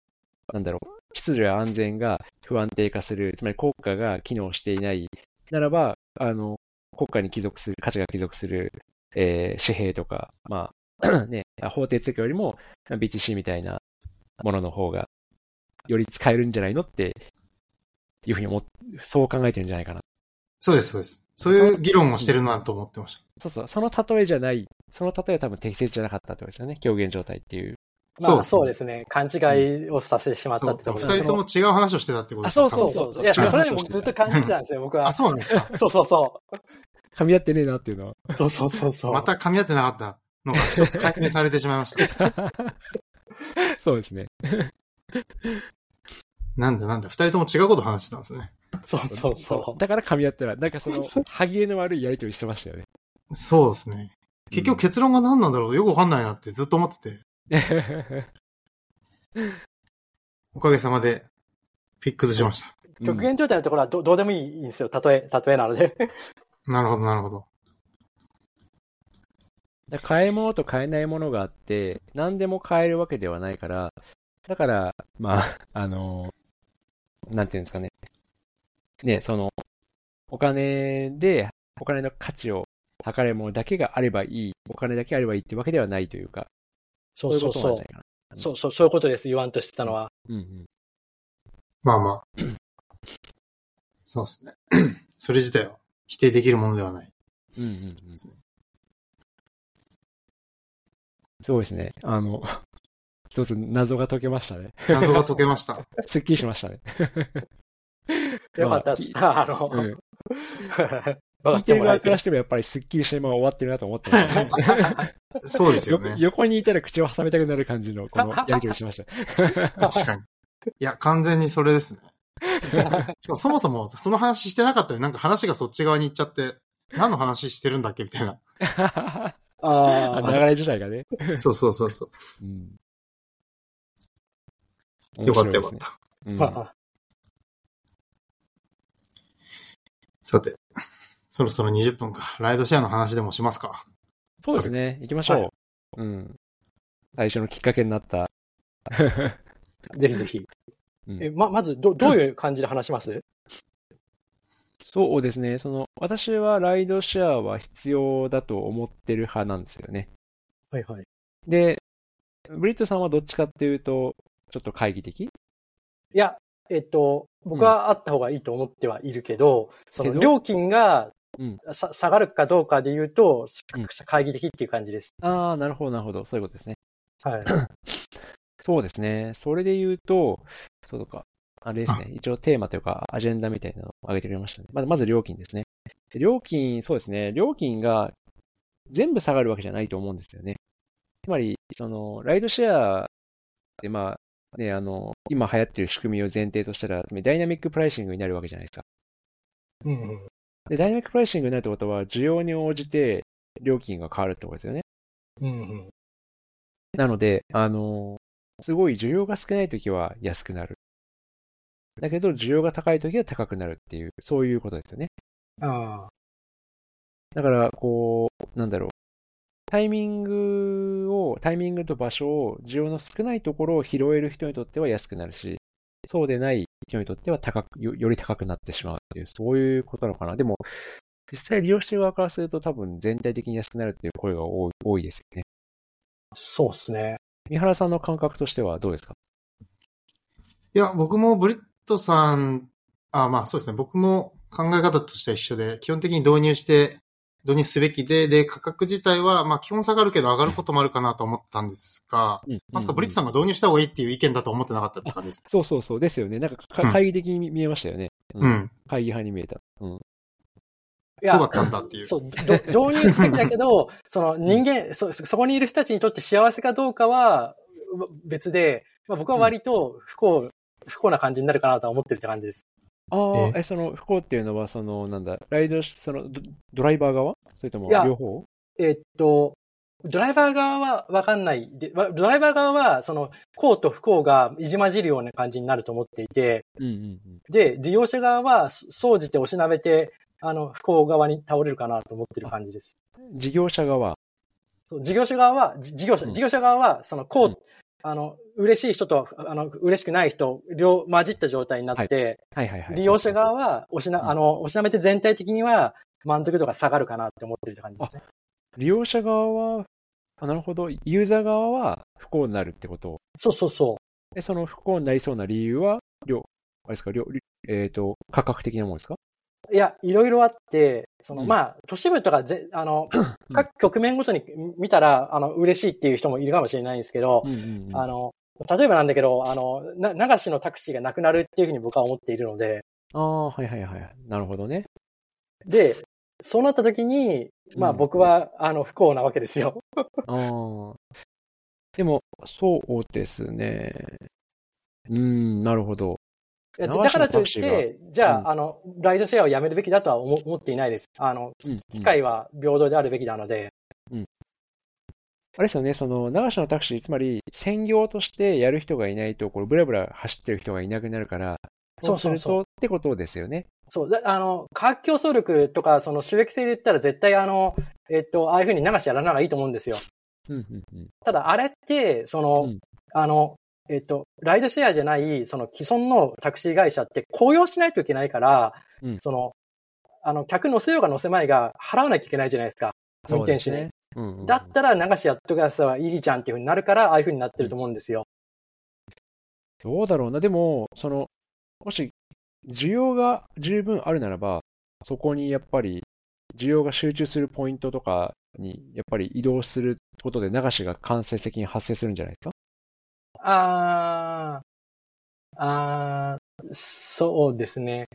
[SPEAKER 3] なんだろう、秩序や安全が不安定化する、つまり国家が機能していないならば、あの、国家に帰属する、価値が帰属する、えー紙幣とか、まあ、 ね、法定通貨よりも BTC みたいなものの方が、より使えるんじゃないのって、いうふうに思っ、そう考えてるんじゃないかな。
[SPEAKER 1] そうです、そうです。そういう議論をしてるなと思ってました。
[SPEAKER 3] そうそう、その例えじゃない、その例えは多分適切じゃなかったってことですよね、表現状態っていう。
[SPEAKER 2] う。ま
[SPEAKER 1] そ
[SPEAKER 2] あそうう
[SPEAKER 1] で
[SPEAKER 2] ですね。勘違いをさせてしまっ
[SPEAKER 1] そ
[SPEAKER 2] た
[SPEAKER 1] う
[SPEAKER 2] ってところ
[SPEAKER 1] 二人とも違う話をしてたってことです
[SPEAKER 3] あ
[SPEAKER 1] ね
[SPEAKER 2] そう
[SPEAKER 3] う
[SPEAKER 2] そうそう。い
[SPEAKER 3] 違う
[SPEAKER 2] や、それでもずっと感じてたんですよ、
[SPEAKER 1] 多
[SPEAKER 2] 僕
[SPEAKER 1] 分あ、
[SPEAKER 2] は。
[SPEAKER 1] そうなんですか。
[SPEAKER 2] そうそうそ
[SPEAKER 3] 噛み合ってねえなっていうのは。
[SPEAKER 2] う。そうそうそうそう。
[SPEAKER 1] また噛み合ってなかったのが一つ解明されてしまいま した。
[SPEAKER 3] そうですね。
[SPEAKER 1] なんだなんだ、二人とも違うこと話してたんですね。
[SPEAKER 2] そうそうそう。
[SPEAKER 3] だから噛み合ってない。なんかそ の、歯切れの悪いやりとりしてましたよね。
[SPEAKER 1] そうですね。結局結論が何なんだろうよくわかんないなってずっと思ってて、おかげさまでフィックスしました。
[SPEAKER 3] うん
[SPEAKER 2] 極限状態のところはどどうでもいいんですよ。例え、例えなので。
[SPEAKER 1] なるほど、なるほど。
[SPEAKER 3] だから買え物と買えないものがあって、何でも買えるわけではないから、だから、まあ、 あの、なんていうんですかね。ね、その、お金で、お金の価値を測れるものだけがあればいい、お金だけあればいいってわけではないというか、
[SPEAKER 2] そ
[SPEAKER 3] そういうことなんじゃないかな。
[SPEAKER 2] そうそう、そういうことです。言わんとしてたのは。
[SPEAKER 3] うんうん。
[SPEAKER 1] まあまあ。そうですね。 それ自体は否定できるものではない。
[SPEAKER 3] うんうんうん。そうですね。あの、 一つ謎が解けましたね。
[SPEAKER 1] 謎が解けま した。
[SPEAKER 3] すっきりしましたね。
[SPEAKER 2] よかったっす。 あ、の、
[SPEAKER 3] う
[SPEAKER 2] 分
[SPEAKER 3] ん。
[SPEAKER 2] か
[SPEAKER 3] 聞
[SPEAKER 2] っ
[SPEAKER 3] いて
[SPEAKER 2] て
[SPEAKER 3] る
[SPEAKER 2] もら
[SPEAKER 3] 側
[SPEAKER 2] え
[SPEAKER 3] か
[SPEAKER 2] て
[SPEAKER 3] ら。してもやっぱりすっきりしたまま終わってるなと思ってました。
[SPEAKER 1] そうですよね
[SPEAKER 3] よ。横にいたら口を挟みたくなる感じの、このやりとりしました。
[SPEAKER 1] 確かに。いや、完全にそれ ですね。しかもそもそもその話してなかったのになんか話がそっち側に行っちゃって、何の話してるんだっけみたいな。
[SPEAKER 2] あ
[SPEAKER 3] あ
[SPEAKER 2] あ
[SPEAKER 3] 流れ自体がね。
[SPEAKER 1] そうそうそうそ
[SPEAKER 3] うん
[SPEAKER 1] う。よかったよかった。
[SPEAKER 3] 面白いですね
[SPEAKER 2] まあ
[SPEAKER 1] さて、そろそろ20分か。ライドシェアの話でもしますか。
[SPEAKER 3] うんそうですね。行きましょう。
[SPEAKER 2] は
[SPEAKER 3] うん。最初のきっかけになった。
[SPEAKER 2] ぜひぜひ。
[SPEAKER 3] うん
[SPEAKER 2] え、ま、まず、ど、どういう感じで話します
[SPEAKER 3] そうですね。その、私はライドシェアは必要だと思ってる派なんですよね。
[SPEAKER 2] はいはい。
[SPEAKER 3] で、ブリットさんはどっちかっていうと、ちょっと懐疑的
[SPEAKER 2] いや、えっと、僕はあった方がいいと思ってはいるけど、そ
[SPEAKER 3] け
[SPEAKER 2] の
[SPEAKER 3] ど
[SPEAKER 2] 料金が
[SPEAKER 3] うん
[SPEAKER 2] さ下がるかどうかで言うと、し
[SPEAKER 3] うん
[SPEAKER 2] 会議的っていう感じです。
[SPEAKER 3] ああ、なるほど、なるほど。そういうことですね。
[SPEAKER 2] はい。
[SPEAKER 3] そうですね。それで言うと、そうか。あれですね。一応テーマというか、アジェンダみたいなのを上げてくれましたね。まず、まず料金ですね。で料金、そうですね。料金が全部下がるわけじゃないと思うんですよね。つまり、その、ライドシェアで、まあ、ね、あの、今流行ってる仕組みを前提としたら、つまりダイナミックプライシングになるわけじゃないですか。
[SPEAKER 2] うんうん
[SPEAKER 3] で、ダイナミックプライシングになるってことは、需要に応じて料金が変わるってことですよね。
[SPEAKER 2] うんうん
[SPEAKER 3] なので、あのすごい需要が少ないときは安くなる。だけど、需要が高いときは高くなるっていう、そういうことですよね。
[SPEAKER 2] ああ
[SPEAKER 3] だから、こう、なんだろう。タイミングを、タイミングと場所を、需要の少ないところを拾える人にとっては安くなるし、そうでない人にとっては高く、よより高くなってしまうっていう、そういうことなのかな。でも、実際利用してる側からすると多分全体的に安くなるっていう声が多い多いですよね。
[SPEAKER 2] そうですね。
[SPEAKER 3] 三原さんの感覚としてはどうですか
[SPEAKER 1] いや、僕もブリットさん、あ、まあそうですね。僕も考え方としては一緒で、基本的に導入して、導入すべきで、で、価格自体は、まあ基本下がるけど上がることもあるかなと思ったんですが、まさかブリットさんが導入した方がいいっていう意見だと思ってなかったって感じです。
[SPEAKER 3] そうそうそう、ですよね。なんかか、
[SPEAKER 1] うん
[SPEAKER 3] 会議的に見見えましたよね。
[SPEAKER 1] うん。
[SPEAKER 3] 会議派に見えた。うん。
[SPEAKER 2] い
[SPEAKER 1] そう
[SPEAKER 2] や
[SPEAKER 1] だったんだっていう。
[SPEAKER 2] そう、ど 導入すべきだけど、その人間、そ、そこにいる人たちにとって幸せかどうかはう別で、まあ、僕は割と不幸、不幸な感じになるかなとは思ってるって感じです。
[SPEAKER 3] ああ、
[SPEAKER 1] え
[SPEAKER 3] え、その、不幸っていうのは、その、なんだ、ライドし、その、ドドライバー側それとも、
[SPEAKER 2] いや
[SPEAKER 3] 両方
[SPEAKER 2] えっと、ドライバー側はわかんないで、わドライバー側は、その、幸と不幸がいじまじるような感じになると思っていて、
[SPEAKER 3] うんうんうん。
[SPEAKER 2] で、利用者側は、そ総じておしなべて、あの、不幸側に倒れるかなと思ってる感じです。
[SPEAKER 3] 事業者側。
[SPEAKER 2] そう事業者側は、じ事業者、
[SPEAKER 3] うん
[SPEAKER 2] 事業者側は、その、こう、
[SPEAKER 3] うん
[SPEAKER 2] あの、嬉しい人と、あの、嬉しくない人、両、混じった状態になって、
[SPEAKER 3] はいはいはい。
[SPEAKER 2] 利用者側は、おしな、
[SPEAKER 3] うん
[SPEAKER 2] あの、おしなめて全体的には、満足度が下がるかなって思ってるって感じですね。
[SPEAKER 3] 利用者側は、あなるほど、ユーザー側は不幸になるってこと。
[SPEAKER 2] そうそうそ
[SPEAKER 3] で、その不幸になりそうな理由は、両、あれですか、両、りえっ、と、価格的なものですか
[SPEAKER 2] う。いや、いろいろあって、その、
[SPEAKER 3] うん
[SPEAKER 2] まあ、都市部とか ぜ、あの、各局面ごとに見たら、あの、嬉しいっていう人もいるかもしれないんですけど、
[SPEAKER 3] うんうんうん
[SPEAKER 2] あの、例えばなんだけど、あの、な、流しのタクシーがなくなるっていうふうに僕は思っているので、
[SPEAKER 3] ああ、はいはいはい。なるほどね。
[SPEAKER 2] で、そうなった時に、まあ
[SPEAKER 3] うん
[SPEAKER 2] 僕は、あの、不幸なわけですよ。
[SPEAKER 3] ああ。でも、そうですね。うん、なるほど。
[SPEAKER 2] だ
[SPEAKER 3] 流しの
[SPEAKER 2] からといっ
[SPEAKER 3] タク
[SPEAKER 2] て、じゃあ、
[SPEAKER 3] うん
[SPEAKER 2] あの、ライドシェアをやめるべきだとは思思っていないです。あの、
[SPEAKER 3] うんうん
[SPEAKER 2] 機会は平等であるべきなので、
[SPEAKER 3] あれですよね、その、流しのタクシー、つまり、専業としてやる人がいないと、これ、ブラブラ走ってる人がいなくなるから、
[SPEAKER 2] そう
[SPEAKER 3] す
[SPEAKER 2] そう
[SPEAKER 3] る
[SPEAKER 2] そう
[SPEAKER 3] と、ってことですよね。
[SPEAKER 2] そう、だあの、価格競争力とか、その収益性で言ったら絶対あの、えっと、ああいうふうに流しやらない方がいいと思うんですよ。
[SPEAKER 3] うん、うん、うん。
[SPEAKER 2] ただ、あれって、その、
[SPEAKER 3] うん
[SPEAKER 2] あの、えっと、ライドシェアじゃない、その既存のタクシー会社って公用しないといけないから、
[SPEAKER 3] うん
[SPEAKER 2] その、あの、客乗せようが乗せまいが払わなきゃいけないじゃないですか。運
[SPEAKER 3] そうで
[SPEAKER 2] 転
[SPEAKER 3] す
[SPEAKER 2] 手に。
[SPEAKER 3] ね。うん、うん。
[SPEAKER 2] だったら流しやっとくやつはいいじゃんっていうふうになるから、ああいうふうになってると思うんですよ。
[SPEAKER 3] どうだろうな。でも、その、もし、需要が十分あるならば、そこにやっぱり、需要が集中するポイントとかに、やっぱり移動することで流しが間接的に発生するんじゃないですか
[SPEAKER 2] あー、あー、そうですね。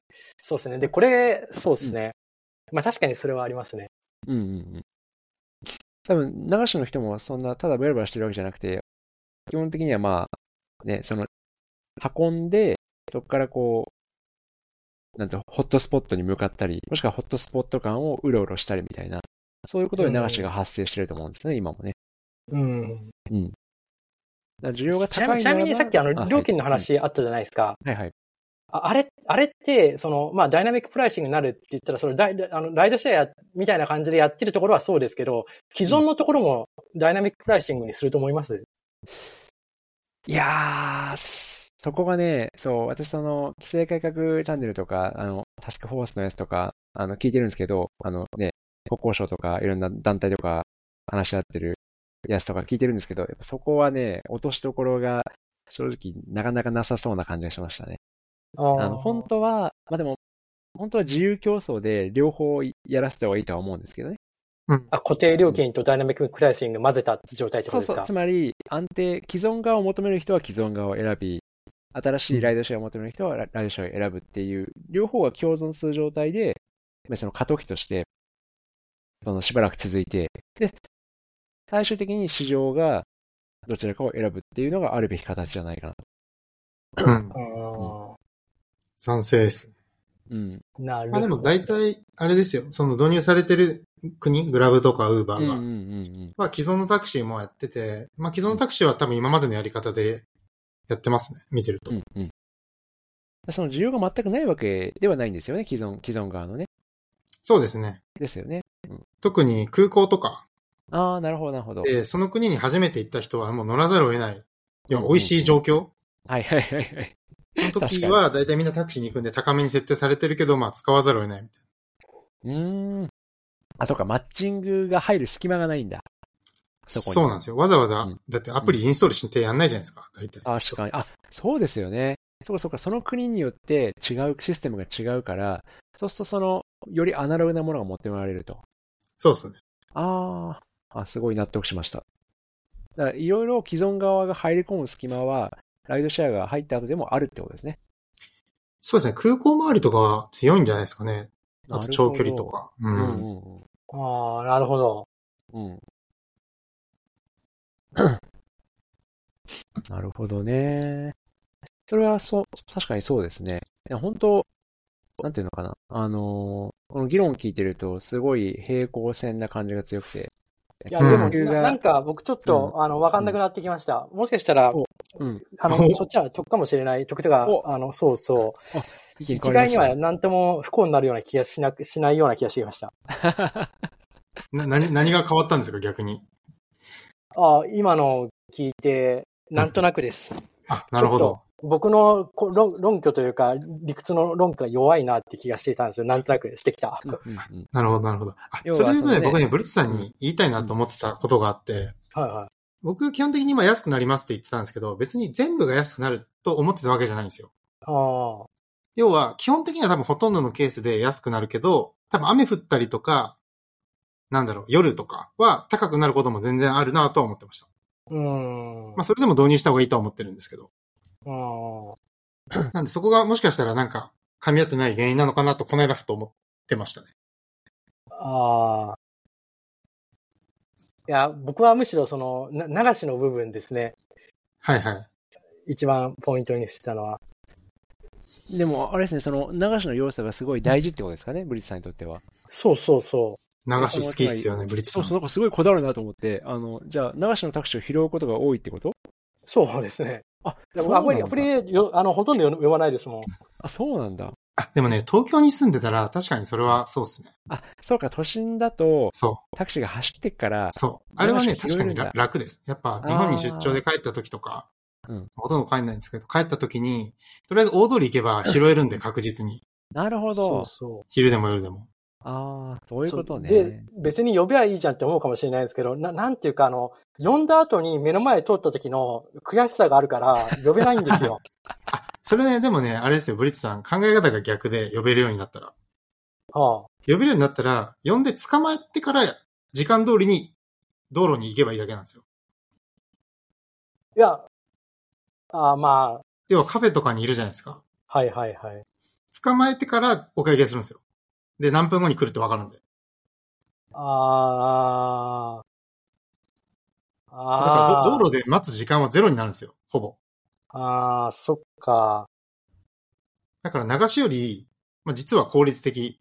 [SPEAKER 2] そうですね。で、これ、そうですね。まあ確かにそれはありますね。
[SPEAKER 3] うんうんうん。多分、流しの人もそんな、ただベラベラしてるわけじゃなくて、基本的にはまあ、ね、その、運んで、そこからこう、なんて、ホットスポットに向かったり、もしくはホットスポット間をうろうろしたりみたいな、そういうことで流しが発生してると思うんですね、今もね。
[SPEAKER 2] うん。
[SPEAKER 3] だから需要が
[SPEAKER 2] ちな
[SPEAKER 3] 高
[SPEAKER 2] み
[SPEAKER 3] い
[SPEAKER 2] にちなみにさっきあ
[SPEAKER 3] は
[SPEAKER 2] の、
[SPEAKER 3] い
[SPEAKER 2] 料金の話あったじゃないですか。
[SPEAKER 3] はいはい。
[SPEAKER 2] ああれ、あれって、その、まあ、ダイナミックプライシングになるって言ったら、それ、ダイあのライドシェアみたいな感じでやってるところはそうですけど、既存のところもダイナミックプライシングにすると思います
[SPEAKER 3] いやー、そこがね、そう、私その、規制改革チャンネルとか、あの、タスクフォースのやつとか、あの、聞いてるんですけど、あのね、国交省とか、いろんな団体とか、話し合ってるやつとか聞いてるんですけど、やっぱそこはね、落としどころが、正直、なかなかなさそうな感じがしましたね。
[SPEAKER 2] あ
[SPEAKER 3] あの、本当は、まあでも、本当は自由競争で両方やらせた方がいいとは思うんですけどね。
[SPEAKER 2] あ固定料金とダイナミックプライシング混ぜた状態ってこと
[SPEAKER 3] そう
[SPEAKER 2] です
[SPEAKER 3] そう、
[SPEAKER 2] か
[SPEAKER 3] つまり安定、既存側を求める人は既存側を選び、新しいライドシェアを求める人はラライドシェアを選ぶっていう、両方が共存する状態で、まあその過渡期として、そのしばらく続いて、で、最終的に市場がどちらかを選ぶっていうのがあるべき形じゃないかな
[SPEAKER 1] う
[SPEAKER 3] と。
[SPEAKER 1] ん
[SPEAKER 2] あ
[SPEAKER 1] 賛成です。
[SPEAKER 3] うん。
[SPEAKER 2] ーなる
[SPEAKER 1] まあ
[SPEAKER 2] ほ
[SPEAKER 1] でも
[SPEAKER 2] ど。
[SPEAKER 1] 大体、あれですよ。その導入されてる国、グラブとかウーバ
[SPEAKER 3] うんう
[SPEAKER 1] ー
[SPEAKER 3] ん
[SPEAKER 1] が、
[SPEAKER 3] うん
[SPEAKER 1] まあ既存のタクシーもやってて、まあ既存のタクシーは多分今までのやり方でやってますね。見てると。
[SPEAKER 3] うん。うんうん。その需要が全くないわけではないんですよね、既存、既存側のね。
[SPEAKER 1] そうですね。
[SPEAKER 3] ですよね。
[SPEAKER 1] 特に空港とか
[SPEAKER 3] ああ、なるほど、なるほど。
[SPEAKER 1] で、その国に初めて行った人はもう乗らざるを得ない。いや、
[SPEAKER 3] うん
[SPEAKER 1] 美味しい状況
[SPEAKER 3] はいはいはいはい。
[SPEAKER 1] の
[SPEAKER 3] 確
[SPEAKER 1] 時
[SPEAKER 3] かに
[SPEAKER 1] は、だいたいみんなタクシーに行くんで高めに設定されてるけど、まあ使わざるを得ないみたいう
[SPEAKER 3] ーん。あ、そうか、マッチングが入る隙間がないんだ。
[SPEAKER 1] な。
[SPEAKER 3] そこに
[SPEAKER 1] そうなんですよ。わざわざ、
[SPEAKER 3] うん
[SPEAKER 1] だってアプリインストールしてやんないじゃないですか、大体。
[SPEAKER 3] 確かに。あ、そうですよね。そうかそうか、その国によって違うシステムが違うから、そうするとその、よりアナログなものが持ってもられると。
[SPEAKER 1] そうですね。
[SPEAKER 3] あーあ、すごい納得しました。だからいろいろ既存側が入り込む隙間は、ライドシェアが入った後でもあるってことですね。
[SPEAKER 1] そうですね。空港周りとかは強いんじゃないですかね。あと長距離とか。う
[SPEAKER 3] うん
[SPEAKER 1] ん。
[SPEAKER 2] ああ、なるほど。
[SPEAKER 3] うんうん。 なるほどね。それはそう、確かにそうですね。いや、本当なんていうのかな。あのーこの議論聞いてると、すごい平行線な感じが強くて。
[SPEAKER 2] いや、
[SPEAKER 1] う
[SPEAKER 2] でも、
[SPEAKER 1] ん
[SPEAKER 3] 野球
[SPEAKER 2] な
[SPEAKER 3] が
[SPEAKER 2] なんか僕ちょっと、あの、わかんなくなってきました。もしかしたら、
[SPEAKER 3] うん。
[SPEAKER 2] あの、そっちは直かもしれない。直とか
[SPEAKER 3] お、
[SPEAKER 2] あの、そうそう。
[SPEAKER 3] 意見
[SPEAKER 2] 一
[SPEAKER 3] 変わ
[SPEAKER 2] 概
[SPEAKER 3] り
[SPEAKER 2] に
[SPEAKER 3] ま
[SPEAKER 2] は何とも不幸になるような気がしなく、しないような気がしてきました。
[SPEAKER 3] したね。
[SPEAKER 1] な、何、何が変わったんですか、逆に。
[SPEAKER 2] ああ、今の聞いて、なんとなくです。
[SPEAKER 1] あ、なるほ
[SPEAKER 2] ちょ
[SPEAKER 1] ど。
[SPEAKER 2] っと僕のこ論論拠というか、理屈の論拠が弱いなって気がしていたんですよ。なんとなくしてきた。
[SPEAKER 3] うんうんうん
[SPEAKER 1] なるほど、なるほど。あ、
[SPEAKER 3] 要は
[SPEAKER 1] それで言うとね、
[SPEAKER 3] そのね
[SPEAKER 1] 僕ね、ブリットさんに言いたいなと思ってたことがあって、
[SPEAKER 2] はいはい。
[SPEAKER 1] 僕、基本的に今安くなりますって言ってたんですけど、別に全部が安くなると思ってたわけじゃないんですよ。
[SPEAKER 2] ああ。
[SPEAKER 1] 要は、基本的には多分ほとんどのケースで安くなるけど、多分雨降ったりとか、なんだろう、夜とかは高くなることも全然あるなとは思ってました。
[SPEAKER 2] うーん。
[SPEAKER 1] まあ、それでも導入した方がいいとは思ってるんですけど。
[SPEAKER 2] うん
[SPEAKER 1] なんで、そこがもしかしたらなんか、噛み合ってない原因なのかなと、この間ふと思ってましたね。
[SPEAKER 2] ああ。いや、僕はむしろその、な流しの部分ですね。
[SPEAKER 1] はいはい。
[SPEAKER 2] 一番ポイントにしてたのは。
[SPEAKER 3] でも、あれですね、その、流しの要素がすごい大事ってことですかね、ブリッジさんにとっては。
[SPEAKER 2] そうそうそ
[SPEAKER 1] 流し好きっすよね、ブリッジさ。
[SPEAKER 3] そうそうんなんかすごいこだわるなと思って、あの、じゃあ、流しのタクシーを拾うことが多いってこと
[SPEAKER 2] う。そうですね。
[SPEAKER 3] あ、
[SPEAKER 2] で
[SPEAKER 3] そ
[SPEAKER 2] 僕
[SPEAKER 3] うな
[SPEAKER 2] あ
[SPEAKER 3] ん
[SPEAKER 2] ん
[SPEAKER 3] だ
[SPEAKER 2] まりアプリよ、あの、ほとんど読まないですもん。
[SPEAKER 3] あ、そうなんだ。
[SPEAKER 1] あ、でもね、東京に住んでたら、確かにそれはそうっすね。
[SPEAKER 3] あ、そうか、都心だと、
[SPEAKER 1] そ
[SPEAKER 3] タクシーが走ってっから
[SPEAKER 1] う、、そう。あれはね、
[SPEAKER 3] 流し
[SPEAKER 1] 確
[SPEAKER 3] 拾
[SPEAKER 1] か
[SPEAKER 3] える
[SPEAKER 1] に
[SPEAKER 3] んだ
[SPEAKER 1] ら楽です。やっぱ、日本に出張で帰った時とか
[SPEAKER 3] うん、
[SPEAKER 1] ほとんど帰んないんですけど、帰った時に、とりあえず大通り行けば拾えるんで、確実に。
[SPEAKER 3] なるほ
[SPEAKER 2] そ
[SPEAKER 3] ど
[SPEAKER 2] う。そう。
[SPEAKER 1] 昼でも夜でも。
[SPEAKER 3] ああ、そういうこと
[SPEAKER 2] そうで
[SPEAKER 3] ね。、
[SPEAKER 2] 別に呼べばいいじゃんって思うかもしれないですけど、ななんていうか、あの、呼んだ後に目の前通った時の悔しさがあるから、呼べないんです よ。
[SPEAKER 1] それね、でもね、あれですよ、ブリッジさん、考え方が逆で呼べるようになったら。
[SPEAKER 2] はあ、
[SPEAKER 1] 呼べるようになったら、呼んで捕まえてから、時間通りに道路に行けばいいだけなんですよ。
[SPEAKER 2] いや、ああま
[SPEAKER 1] 要はカフェとかにいるじゃないですか。
[SPEAKER 2] あ、はいはいはい。
[SPEAKER 1] 捕まえてからお会計するんですよ。で、何分後に来るってわかるんで。だ
[SPEAKER 2] ああ、
[SPEAKER 1] から
[SPEAKER 2] ああ、
[SPEAKER 1] ど道路で待つ時間はゼロになるんですよ、ほぼ。
[SPEAKER 2] ああ、そっか。
[SPEAKER 1] だから流しより、まあ、実は効率的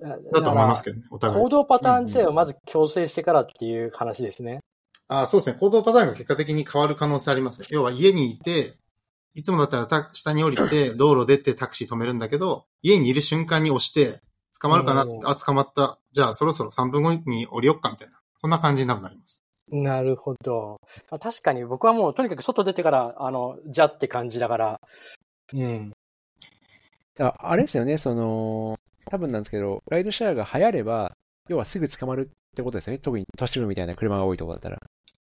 [SPEAKER 2] だ
[SPEAKER 1] だと思いますけどね、お
[SPEAKER 2] から
[SPEAKER 1] 互い
[SPEAKER 2] 行。動パターン自体をまず強制してからっていう話ですね。
[SPEAKER 1] あーそうですね、行動パターンが結果的に変わる可能性ありますね。要は家にいて、いつもだったらタ下に降り て、道路出てタクシー止めるんだけど、家にいる瞬間に押して、捕まるかなっつって、
[SPEAKER 2] うん
[SPEAKER 1] あ、捕まった。じゃあそろそろ3分後に降りよっか、みたいな。そんな感じに多分なります。
[SPEAKER 2] なるほど。あ確かに僕はもうとにかく外出てから、あの、じゃって感じだから。うん。
[SPEAKER 3] ああれですよね、その、多分なんですけど、ライドシェアが流行れば、要はすぐ捕まるってことですよね。特に都市部みたいな車が多いとこだったら。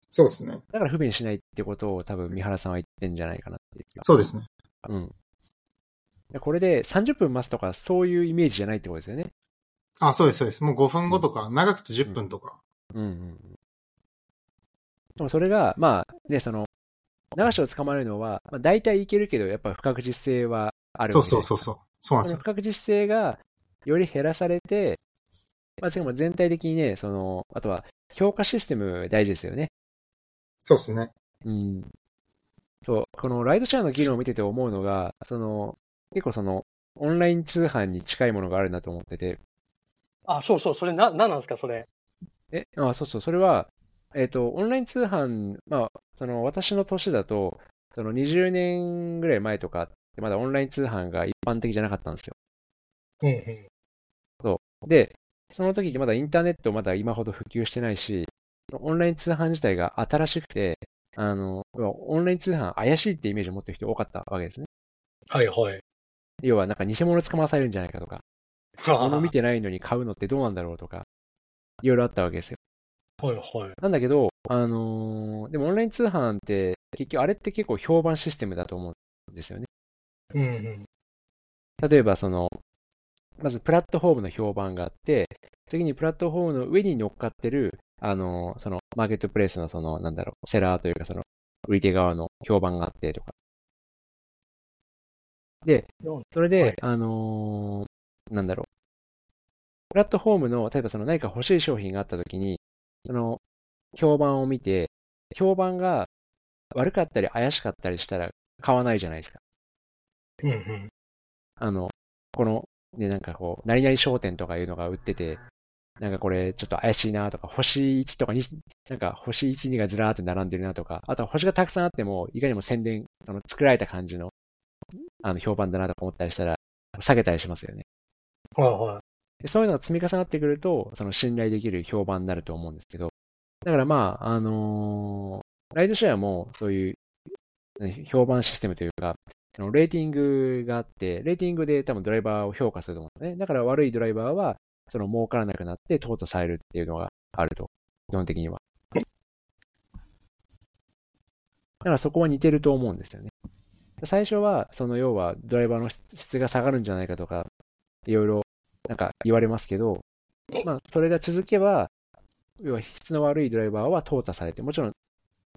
[SPEAKER 1] そうですね。
[SPEAKER 3] だから不便しないってことを多分三原さんは言ってんじゃないかなっていうか。
[SPEAKER 1] そうですね。
[SPEAKER 3] うん。いやこれで30分待つとか、そういうイメージじゃないってことですよね。
[SPEAKER 1] あ、そうです、そうです。もう5分後とか、長くて10分とか。
[SPEAKER 3] うんうんうん。でもそれが、まあ、ね、その、流しを捕まえるのは、まあ、大体いけるけど、やっぱ不確実性はある
[SPEAKER 1] そ
[SPEAKER 3] わ
[SPEAKER 1] う
[SPEAKER 3] け
[SPEAKER 1] そう
[SPEAKER 3] で
[SPEAKER 1] そうそう。そうなんです
[SPEAKER 3] そ
[SPEAKER 1] よ
[SPEAKER 3] の不。確実性がより減らされて、まあ、しかも全体的にね、その、あとは、評価システム大事ですよね。
[SPEAKER 1] そうですね。
[SPEAKER 3] うん。そう、このライドシェアの議論を見てて思うのが、その、結構その、オンライン通販に近いものがあるなと思ってて、
[SPEAKER 2] あ、そうそう、それな、なんなんですか、それ。
[SPEAKER 3] え、あ、そうそう、それは、えっと、オンライン通販、まあ、その、私の年だと、その20年ぐらい前とかって、まだオンライン通販が一般的じゃなかったんですよ。
[SPEAKER 2] うんうん。
[SPEAKER 3] で、その時ってまだインターネットまだ今ほど普及してないし、オンライン通販自体が新しくて、あの、オンライン通販怪しいってイメージを持ってる人多かったわけですね。
[SPEAKER 2] はい はい。
[SPEAKER 3] 要はなんか偽物捕まされるんじゃないかとか、物見てないのに買うのってどうなんだろうとか、いろいろあったわけですよ。
[SPEAKER 2] はいはい。
[SPEAKER 3] なんだけど、あのーでもオンライン通販って、結局あれって結構評判システムだと思うんですよね。
[SPEAKER 2] うんうん。
[SPEAKER 3] 例えばその、まずプラットフォームの評判があって、次にプラットフォームの上に乗っかってる、あの、その、マーケットプレイスのその、なんだろう、セラーというかその、売り手側の評判があってとか。で
[SPEAKER 2] うん、
[SPEAKER 3] それ
[SPEAKER 2] は
[SPEAKER 3] で
[SPEAKER 2] い、
[SPEAKER 3] あのーなんだろプラットフォームの、例えばその何か欲しい商品があった時に、その、評判を見て、評判が悪かったり怪しかったりしたら買わないじゃないですか。
[SPEAKER 2] うんうん。
[SPEAKER 3] あの、この、ね、なんかこう、何々商店とかいうのが売ってて、なんかこれちょっと怪しいなとか、星1とか2、なんか星1、2がずらーって並んでるなとか、あとは星がたくさんあっても、いかにも宣伝、あの、作られた感じの、あの、評判だなとか思ったりしたら、下げたりしますよね。
[SPEAKER 2] はいはい。
[SPEAKER 3] でそういうのが積み重なってくると、その信頼できる評判になると思うんですけど、だからまあ、あのーライドシェアもそういうね評判システムというか、そのレーティングがあって、レーティングで多分ドライバーを評価すると思うんですね。だから悪いドライバーは、その儲からなくなって、淘汰されるっていうのがあると。基本的には。だからそこは似てると思うんですよね。最初は、その要はドライバーの質が下がるんじゃないかとか、いろいろなんか言われますけど、まあ、それが続けば、要は質の悪いドライバーは淘汰されて、もちろん、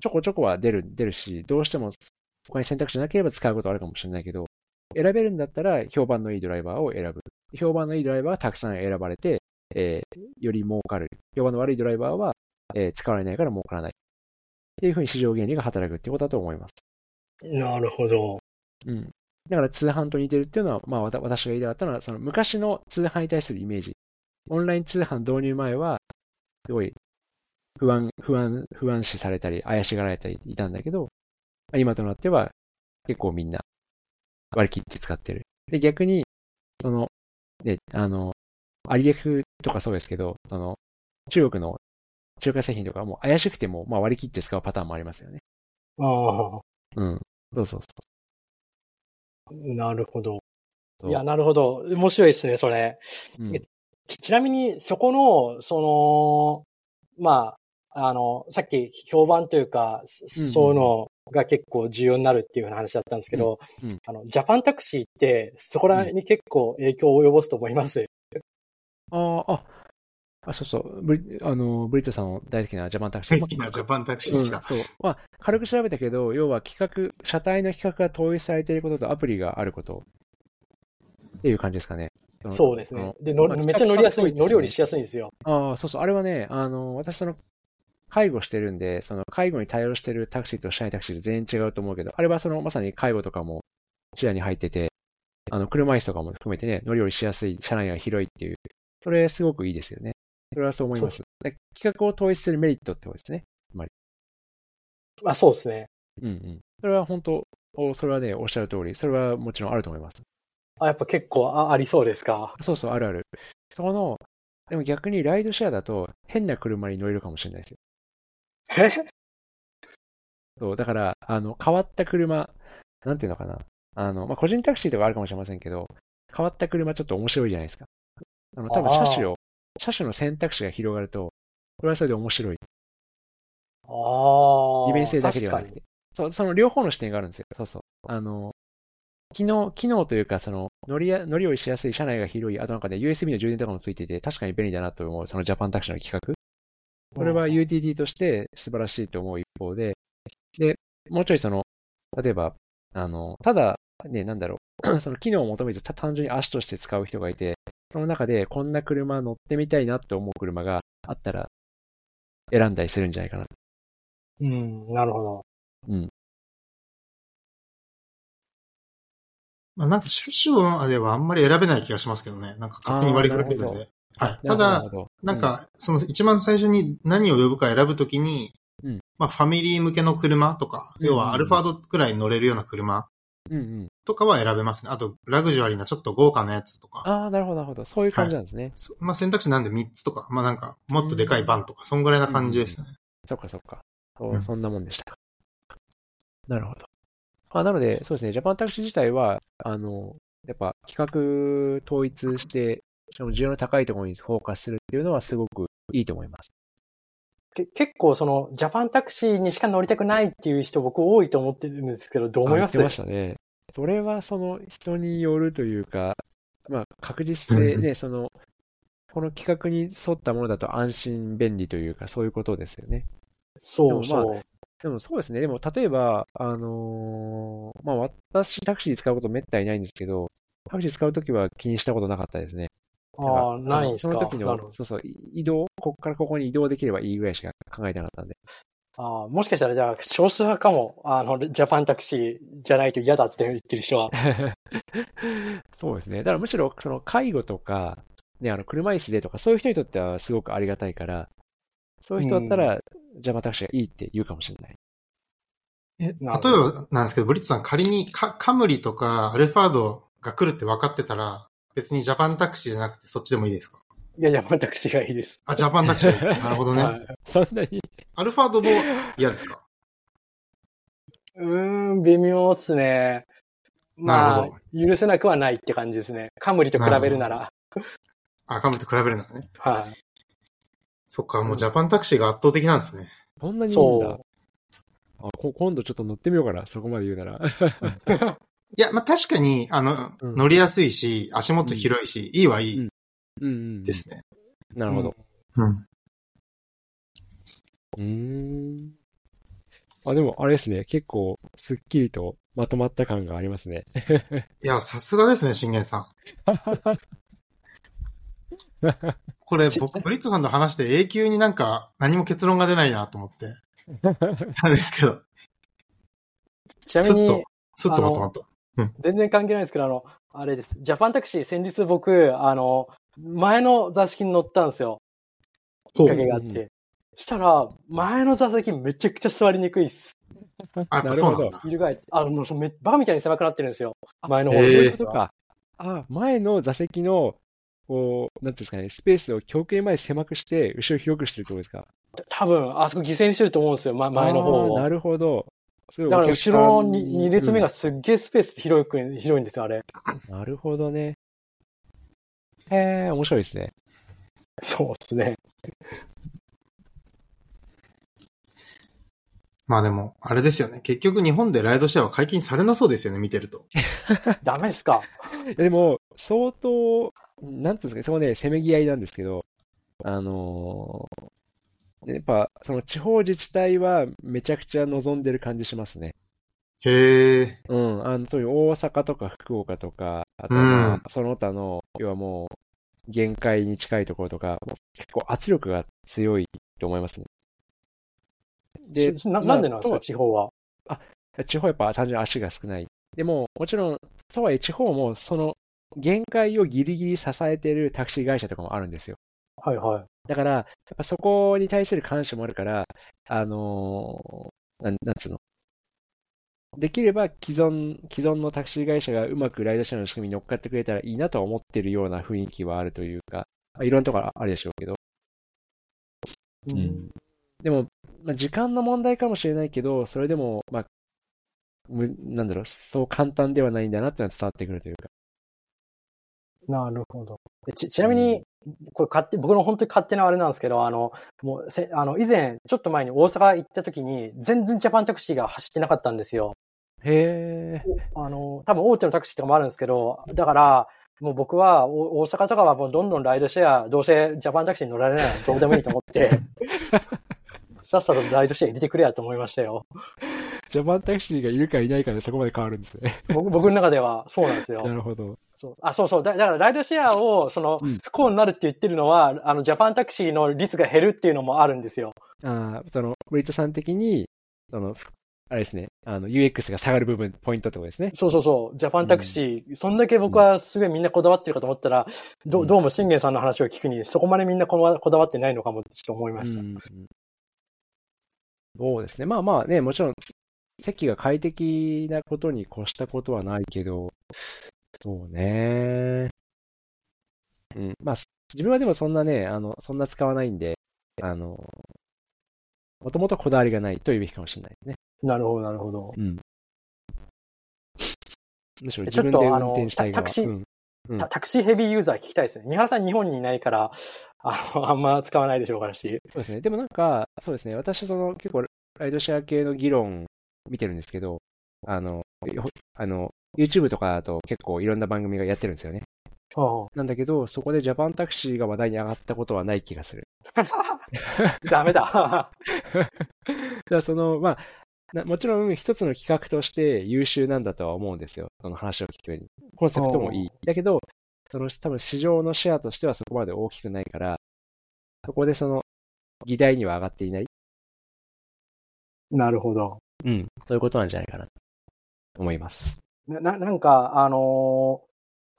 [SPEAKER 3] ちょこちょこは出る、出るし、どうしても他に選択肢なければ使うことはあるかもしれないけど、選べるんだったら評判のいいドライバーを選ぶ。評判のいいドライバーはたくさん選ばれて、えーより儲かる。評判の悪いドライバーは、えー使われないから儲からない。っていうふうに市場原理が働くっていうことだと思います。
[SPEAKER 2] なるほど。
[SPEAKER 3] うん。だから通販と似てるっていうのは、まあわた私が言いたかったのは、その昔の通販に対するイメージ。オンライン通販導入前は、すごい不安、不安、不安視されたり、怪しがられていたんだけど、まあ今となっては結構みんな割り切って使ってる。で、逆に、その、で、あの、アリエフとかそうですけど、その、中国の中華製品とかも怪しくても、まあ割り切って使うパターンもありますよね。
[SPEAKER 2] ああ、
[SPEAKER 3] うん。そうそうそう。
[SPEAKER 2] なるほど。
[SPEAKER 3] そう
[SPEAKER 2] いや、なるほど。面白いですね、それ。
[SPEAKER 3] うん
[SPEAKER 2] ちちなみに、そこの、その、まあ、あの、さっき評判というか、
[SPEAKER 3] うん
[SPEAKER 2] そ
[SPEAKER 3] うん
[SPEAKER 2] そういうのが結構重要になるっていうような話だったんですけど、
[SPEAKER 3] うんうん
[SPEAKER 2] あの、ジャパンタクシーって、そこらに結構影響を及ぼすと思います。
[SPEAKER 3] ああ、あ、あ、そうそう、ブリ、あの、ブリットさんの大好きなジャパンタクシー。
[SPEAKER 1] 大好きなジャパンタクシ
[SPEAKER 3] う
[SPEAKER 1] ー
[SPEAKER 3] ん、
[SPEAKER 1] 来
[SPEAKER 3] そう
[SPEAKER 1] た。。
[SPEAKER 3] まあ、軽く調べたけど、要は企画、車体の企画が統一されていることとアプリがあることっていう感じですかね。の
[SPEAKER 2] そうです
[SPEAKER 3] あ
[SPEAKER 2] ね
[SPEAKER 3] の。
[SPEAKER 2] で、乗
[SPEAKER 3] まあ
[SPEAKER 2] めっちゃ乗りやす
[SPEAKER 3] 比
[SPEAKER 2] い、
[SPEAKER 3] 較的多いですね
[SPEAKER 2] 乗り降りしやすいんですよ。
[SPEAKER 3] ああ、そうそう、あれはね、あの、私その、介護してるんで、その、介護に対応してるタクシーとしてないタクシーと全然違うと思うけど、あれはその、まさに介護とかも視野に入ってて、あの、車椅子とかも含めてね、乗り降りしやすい、車内が広いっていう、それすごくいいですよね。それはそう思います。で企画を統一するメリットってことですね。
[SPEAKER 2] まあ、そうですね。
[SPEAKER 3] うんうん。それは本当、おそれはね、おっしゃる通り、それはもちろんあると思います。
[SPEAKER 2] あ、やっぱ結構あありそうですか。
[SPEAKER 3] そうそう、あるある。そこの、でも逆にライドシェアだと、変な車に乗れるかもしれないですよ
[SPEAKER 2] え
[SPEAKER 3] そう、だから、あの、変わった車、なんていうのかな。あの、まあ、個人タクシーとかあるかもしれませんけど、変わった車ちょっと面白いじゃないですか。あの、多分
[SPEAKER 2] あー
[SPEAKER 3] 車種を、車種の選択肢が広がると、これはそれで面白い。
[SPEAKER 2] ああ。
[SPEAKER 3] 利便性だけではなく
[SPEAKER 2] 確か
[SPEAKER 3] て。そう、その両方の視点があるんですよ。そうそう。あの、機能、機能というか、その、乗りや、乗り降りしやすい車内が広い、あとなんかね、USB の充電とかもついてて、確かに便利だなと思う、そのジャパンタクシーの企画。
[SPEAKER 2] に
[SPEAKER 3] これは UTT として素晴らしいと思う一方で、で、もうちょいその、例えば、あの、ただ、ね、なんだろう、 その機能を求めてた単純に足として使う人がいて、その中でこんな車乗ってみたいなって思う車があったら、選んだりするんじゃないかな。
[SPEAKER 2] うん、なるほど。
[SPEAKER 1] まあ、なんか車種はではあんまり選べない気がしますけどね。なんか勝手に割り振られてるん
[SPEAKER 3] あーな
[SPEAKER 1] で。はい。ただ、
[SPEAKER 3] るほど、
[SPEAKER 1] なんか、その一番最初に何を呼ぶか選ぶときに、
[SPEAKER 3] うん
[SPEAKER 1] まあファミリー向けの車とか、
[SPEAKER 3] うん
[SPEAKER 1] 要はアルファードくらい乗れるような車
[SPEAKER 3] うん、うんうん。
[SPEAKER 1] とかは選べますね。あと、ラグジュアリーなちょっと豪華なやつとか。
[SPEAKER 3] ああ、なるほど、なるほど。そういう感じなんですね。
[SPEAKER 1] そまあ選択肢なんで3つとか、まあなんか、もっとでかいバンとか、そんぐらいな感じですね。
[SPEAKER 3] そっかそっか。
[SPEAKER 1] う
[SPEAKER 3] そ
[SPEAKER 1] ん
[SPEAKER 3] そんなもんでしたか。なるほど。まあ、なので、そうですね、ジャパンタクシー自体は、あの、やっぱ企画統一して、しかも需要の高いところにフォーカスするっていうのはすごくいいと思います。
[SPEAKER 2] け結構その、ジャパンタクシーにしか乗りたくないっていう人僕多いと思ってるんですけど、どう思いま
[SPEAKER 3] あ
[SPEAKER 2] す
[SPEAKER 3] 言ってましたね。それはその人によるというか、まあ確実性 で、その、この企画に沿ったものだと安心便利というか、そういうことですよね。
[SPEAKER 2] そう
[SPEAKER 3] でも
[SPEAKER 2] そう。
[SPEAKER 3] でもそうですね。でも、例えば、あのーまあ、私、タクシー使うことめったにないんですけど、タクシー使うときは気にしたことなかったですね。
[SPEAKER 2] ああ、ないんす
[SPEAKER 3] そ
[SPEAKER 2] か。
[SPEAKER 3] の時
[SPEAKER 2] なるほ
[SPEAKER 3] の、
[SPEAKER 2] ど
[SPEAKER 3] そうそう、移動、ここからここに移動できればいいぐらいしか考えてなかったんで。
[SPEAKER 2] ああ、もしかしたらじゃあ、少数派かも、あの、ジャパンタクシーじゃないと嫌だって言ってる人は。
[SPEAKER 3] そうですね。だからむしろ、その介護とか、ね、あの、車椅子でとか、そういう人にとってはすごくありがたいから、そういう人だったら、ジャマタクシーがいいって言うかもしれない。
[SPEAKER 1] え、例え
[SPEAKER 2] なるほど
[SPEAKER 1] ばなんですけど、ブリッツさん仮にカカムリとかアルファードが来るって分かってたら、別にジャパンタクシーじゃなくてそっちでもいいですか
[SPEAKER 2] いや、ジャパンタクシーがいいです。
[SPEAKER 1] あ、ジャパンタクシー。なるほどね。
[SPEAKER 2] はい
[SPEAKER 3] そんなに、
[SPEAKER 1] アルファードも嫌ですか
[SPEAKER 2] うーん、微妙っすね。ま
[SPEAKER 1] な
[SPEAKER 2] あ
[SPEAKER 1] るほ、
[SPEAKER 2] 許せなくはないって感じですね。カムリと比べるなら。
[SPEAKER 1] あ、カムリと比べるならね。
[SPEAKER 2] は。
[SPEAKER 1] そっか、もうジャパンタクシーが圧倒的なんですね。
[SPEAKER 3] そんないにいいん
[SPEAKER 2] そ
[SPEAKER 3] だ。あこ今度ちょっと乗ってみようかな、そこまで言うなら。
[SPEAKER 1] いや、まあ、確かに、あの、
[SPEAKER 3] うん
[SPEAKER 1] 乗りやすいし、足元広いし、いいはいい
[SPEAKER 3] うんうん。
[SPEAKER 1] で。すね。
[SPEAKER 3] なるほど。
[SPEAKER 1] うん。
[SPEAKER 3] うーん。あ、でも、あれですね。結構、すっきりとまとまった感がありますね。
[SPEAKER 1] いや、さすがですね、信玄さん。これ、僕、ブリットさんと話して永久になんか何も結論が出ないなと思って。なんですけど、
[SPEAKER 2] う。ちなみ
[SPEAKER 1] スッ
[SPEAKER 2] に
[SPEAKER 1] と、スッとまとまった。
[SPEAKER 2] 全然関係ないですけど、あの、あれです。ジャパンタクシー、先日僕、あの、前の座席に乗ったんですよ。き
[SPEAKER 1] ほ
[SPEAKER 2] っ
[SPEAKER 1] う
[SPEAKER 2] かけがあっ
[SPEAKER 3] うんう
[SPEAKER 2] て。したら、前の座席めちゃくちゃ座りにくいっす。
[SPEAKER 1] あ、やっぱそうなんだ。
[SPEAKER 2] 入れ替え、あの、もうそのめ、バカみたいに狭くなってるんですよ。前の方
[SPEAKER 1] え
[SPEAKER 3] そう
[SPEAKER 1] ー
[SPEAKER 3] いうことか。あ、前の座席の、こう、なんていうんですかね、スペースを極限まで狭くして、後ろ広くしてるってことですか。
[SPEAKER 2] 多分、あそこ犠牲にしてると思うんですよ、ま、前の方
[SPEAKER 3] あーな
[SPEAKER 2] を。
[SPEAKER 3] るほど。それ
[SPEAKER 2] だから、
[SPEAKER 3] お客さん
[SPEAKER 2] 後ろの 2, 列目がすっげえスペース広く、広いんですよ、あれ。
[SPEAKER 3] うんなるほどね。へえ、面白いですね。
[SPEAKER 2] そうですね。
[SPEAKER 1] まあでも、あれですよね。結局日本でライドシェアは解禁されなそうですよね、見てると。
[SPEAKER 2] ダメですか
[SPEAKER 3] いやでも、相当、なんていうんですかね、そこね、せめぎ合いなんですけど、あのーやっぱ、その地方自治体はめちゃくちゃ望んでる感じしますね。
[SPEAKER 1] へえ。
[SPEAKER 3] うん、あの、特に大阪とか福岡とか、あとはまあ
[SPEAKER 1] うん
[SPEAKER 3] その他の、要はもう、限界に近いところとか、もう結構圧力が強いと思いますね。で、
[SPEAKER 2] しなな
[SPEAKER 3] まあ
[SPEAKER 2] んでなんです
[SPEAKER 3] と
[SPEAKER 2] か、地方は。
[SPEAKER 3] 地方やっぱ単純に足が少ない。でも、もちろん、とはいえ地方もその限界をギリギリ支えてるタクシー会社とかもあるんですよ。
[SPEAKER 2] はいはい。
[SPEAKER 3] だから、やっぱそこに対する監視もあるから、あのーなん、なんつうの。できれば既存、既存のタクシー会社がうまくライドシェアの仕組みに乗っかってくれたらいいなとは思ってるような雰囲気はあるというか、まあいろんなところあるでしょうけど。
[SPEAKER 2] うん
[SPEAKER 3] でも、まあ、時間の問題かもしれないけど、それでも、まあ、むなんだろう、そう簡単ではないんだなってのは伝わってくるというか。
[SPEAKER 2] なるほど。でち、ちなみに、これ勝手、僕の本当に勝手なあれなんですけど、あの、もうせ、あの、以前、ちょっと前に大阪行った時に、全然ジャパンタクシーが走ってなかったんですよ。
[SPEAKER 3] へえ。
[SPEAKER 2] あの、多分大手のタクシーとかもあるんですけど、だから、もう僕は、お大阪とかはもうどんどんライドシェア、どうせジャパンタクシーに乗られないのどうでもいいと思 って、さっさとライドシェア入れてくれやと思いましたよ。
[SPEAKER 3] ジャパンタクシーがいるかいないかでそこまで変わるんですね。
[SPEAKER 2] 僕僕の中ではそうなんですよ。
[SPEAKER 3] なるほど。
[SPEAKER 2] そうあ、そうそう。だだから、ライドシェアを、その
[SPEAKER 3] うん、
[SPEAKER 2] 不幸になるって言ってるのは、あの、ジャパンタクシーの率が減るっていうのもあるんですよ。
[SPEAKER 3] ああ、その、ブリットさん的に、その、ふあれですね、あの、UX が下がる部分、ポイントってことですね。
[SPEAKER 2] そうそうそう。ジャパンタクシー、そんだけ僕はすごいみんなこだわってるかと思ったら、ど
[SPEAKER 3] うん
[SPEAKER 2] どうも信玄さんの話を聞くに、そこまでみんなこだわこだわってないのかもってちょっと思いました。
[SPEAKER 3] うんそうですね。まあまあね、もちろん、席が快適なことに越したことはないけど、そうね。うん。まあ、自分はでもそんなね、あの、そんな使わないんで、あの、もともとこだわりがないというべきかもしれないですね。
[SPEAKER 2] なるほど、なるほど。
[SPEAKER 3] うん。むしろ
[SPEAKER 2] えちょ
[SPEAKER 3] 自
[SPEAKER 2] っと
[SPEAKER 3] 分で運転したい
[SPEAKER 2] あのタタ
[SPEAKER 3] 側。
[SPEAKER 2] クシー
[SPEAKER 3] うん
[SPEAKER 2] たタクシーヘビーユーザー聞きたいですね。三原さん日本にいないから、あの、あんま使わないでしょうからし。
[SPEAKER 3] そうですね。でもなんか、そうですね。私、その、結構、ライドシェア系の議論見てるんですけど、あの、よあの、YouTube とかだと結構いろんな番組がやってるんですよね。
[SPEAKER 2] うん
[SPEAKER 3] なんだけど、そこでジャパンタクシーが話題に上がったことはない気がする。
[SPEAKER 2] ダメだ。
[SPEAKER 3] だからその、まあ、なもちろん一つの企画として優秀なんだとは思うんですよ。その話を聞くように。コンセプトもいい。だけど、その多分市場のシェアとしてはそこまで大きくないから、そこでその議題には上がっていない。
[SPEAKER 2] なるほど。
[SPEAKER 3] うん。そういうことなんじゃないかな。思います。
[SPEAKER 2] な、ななんか、あのー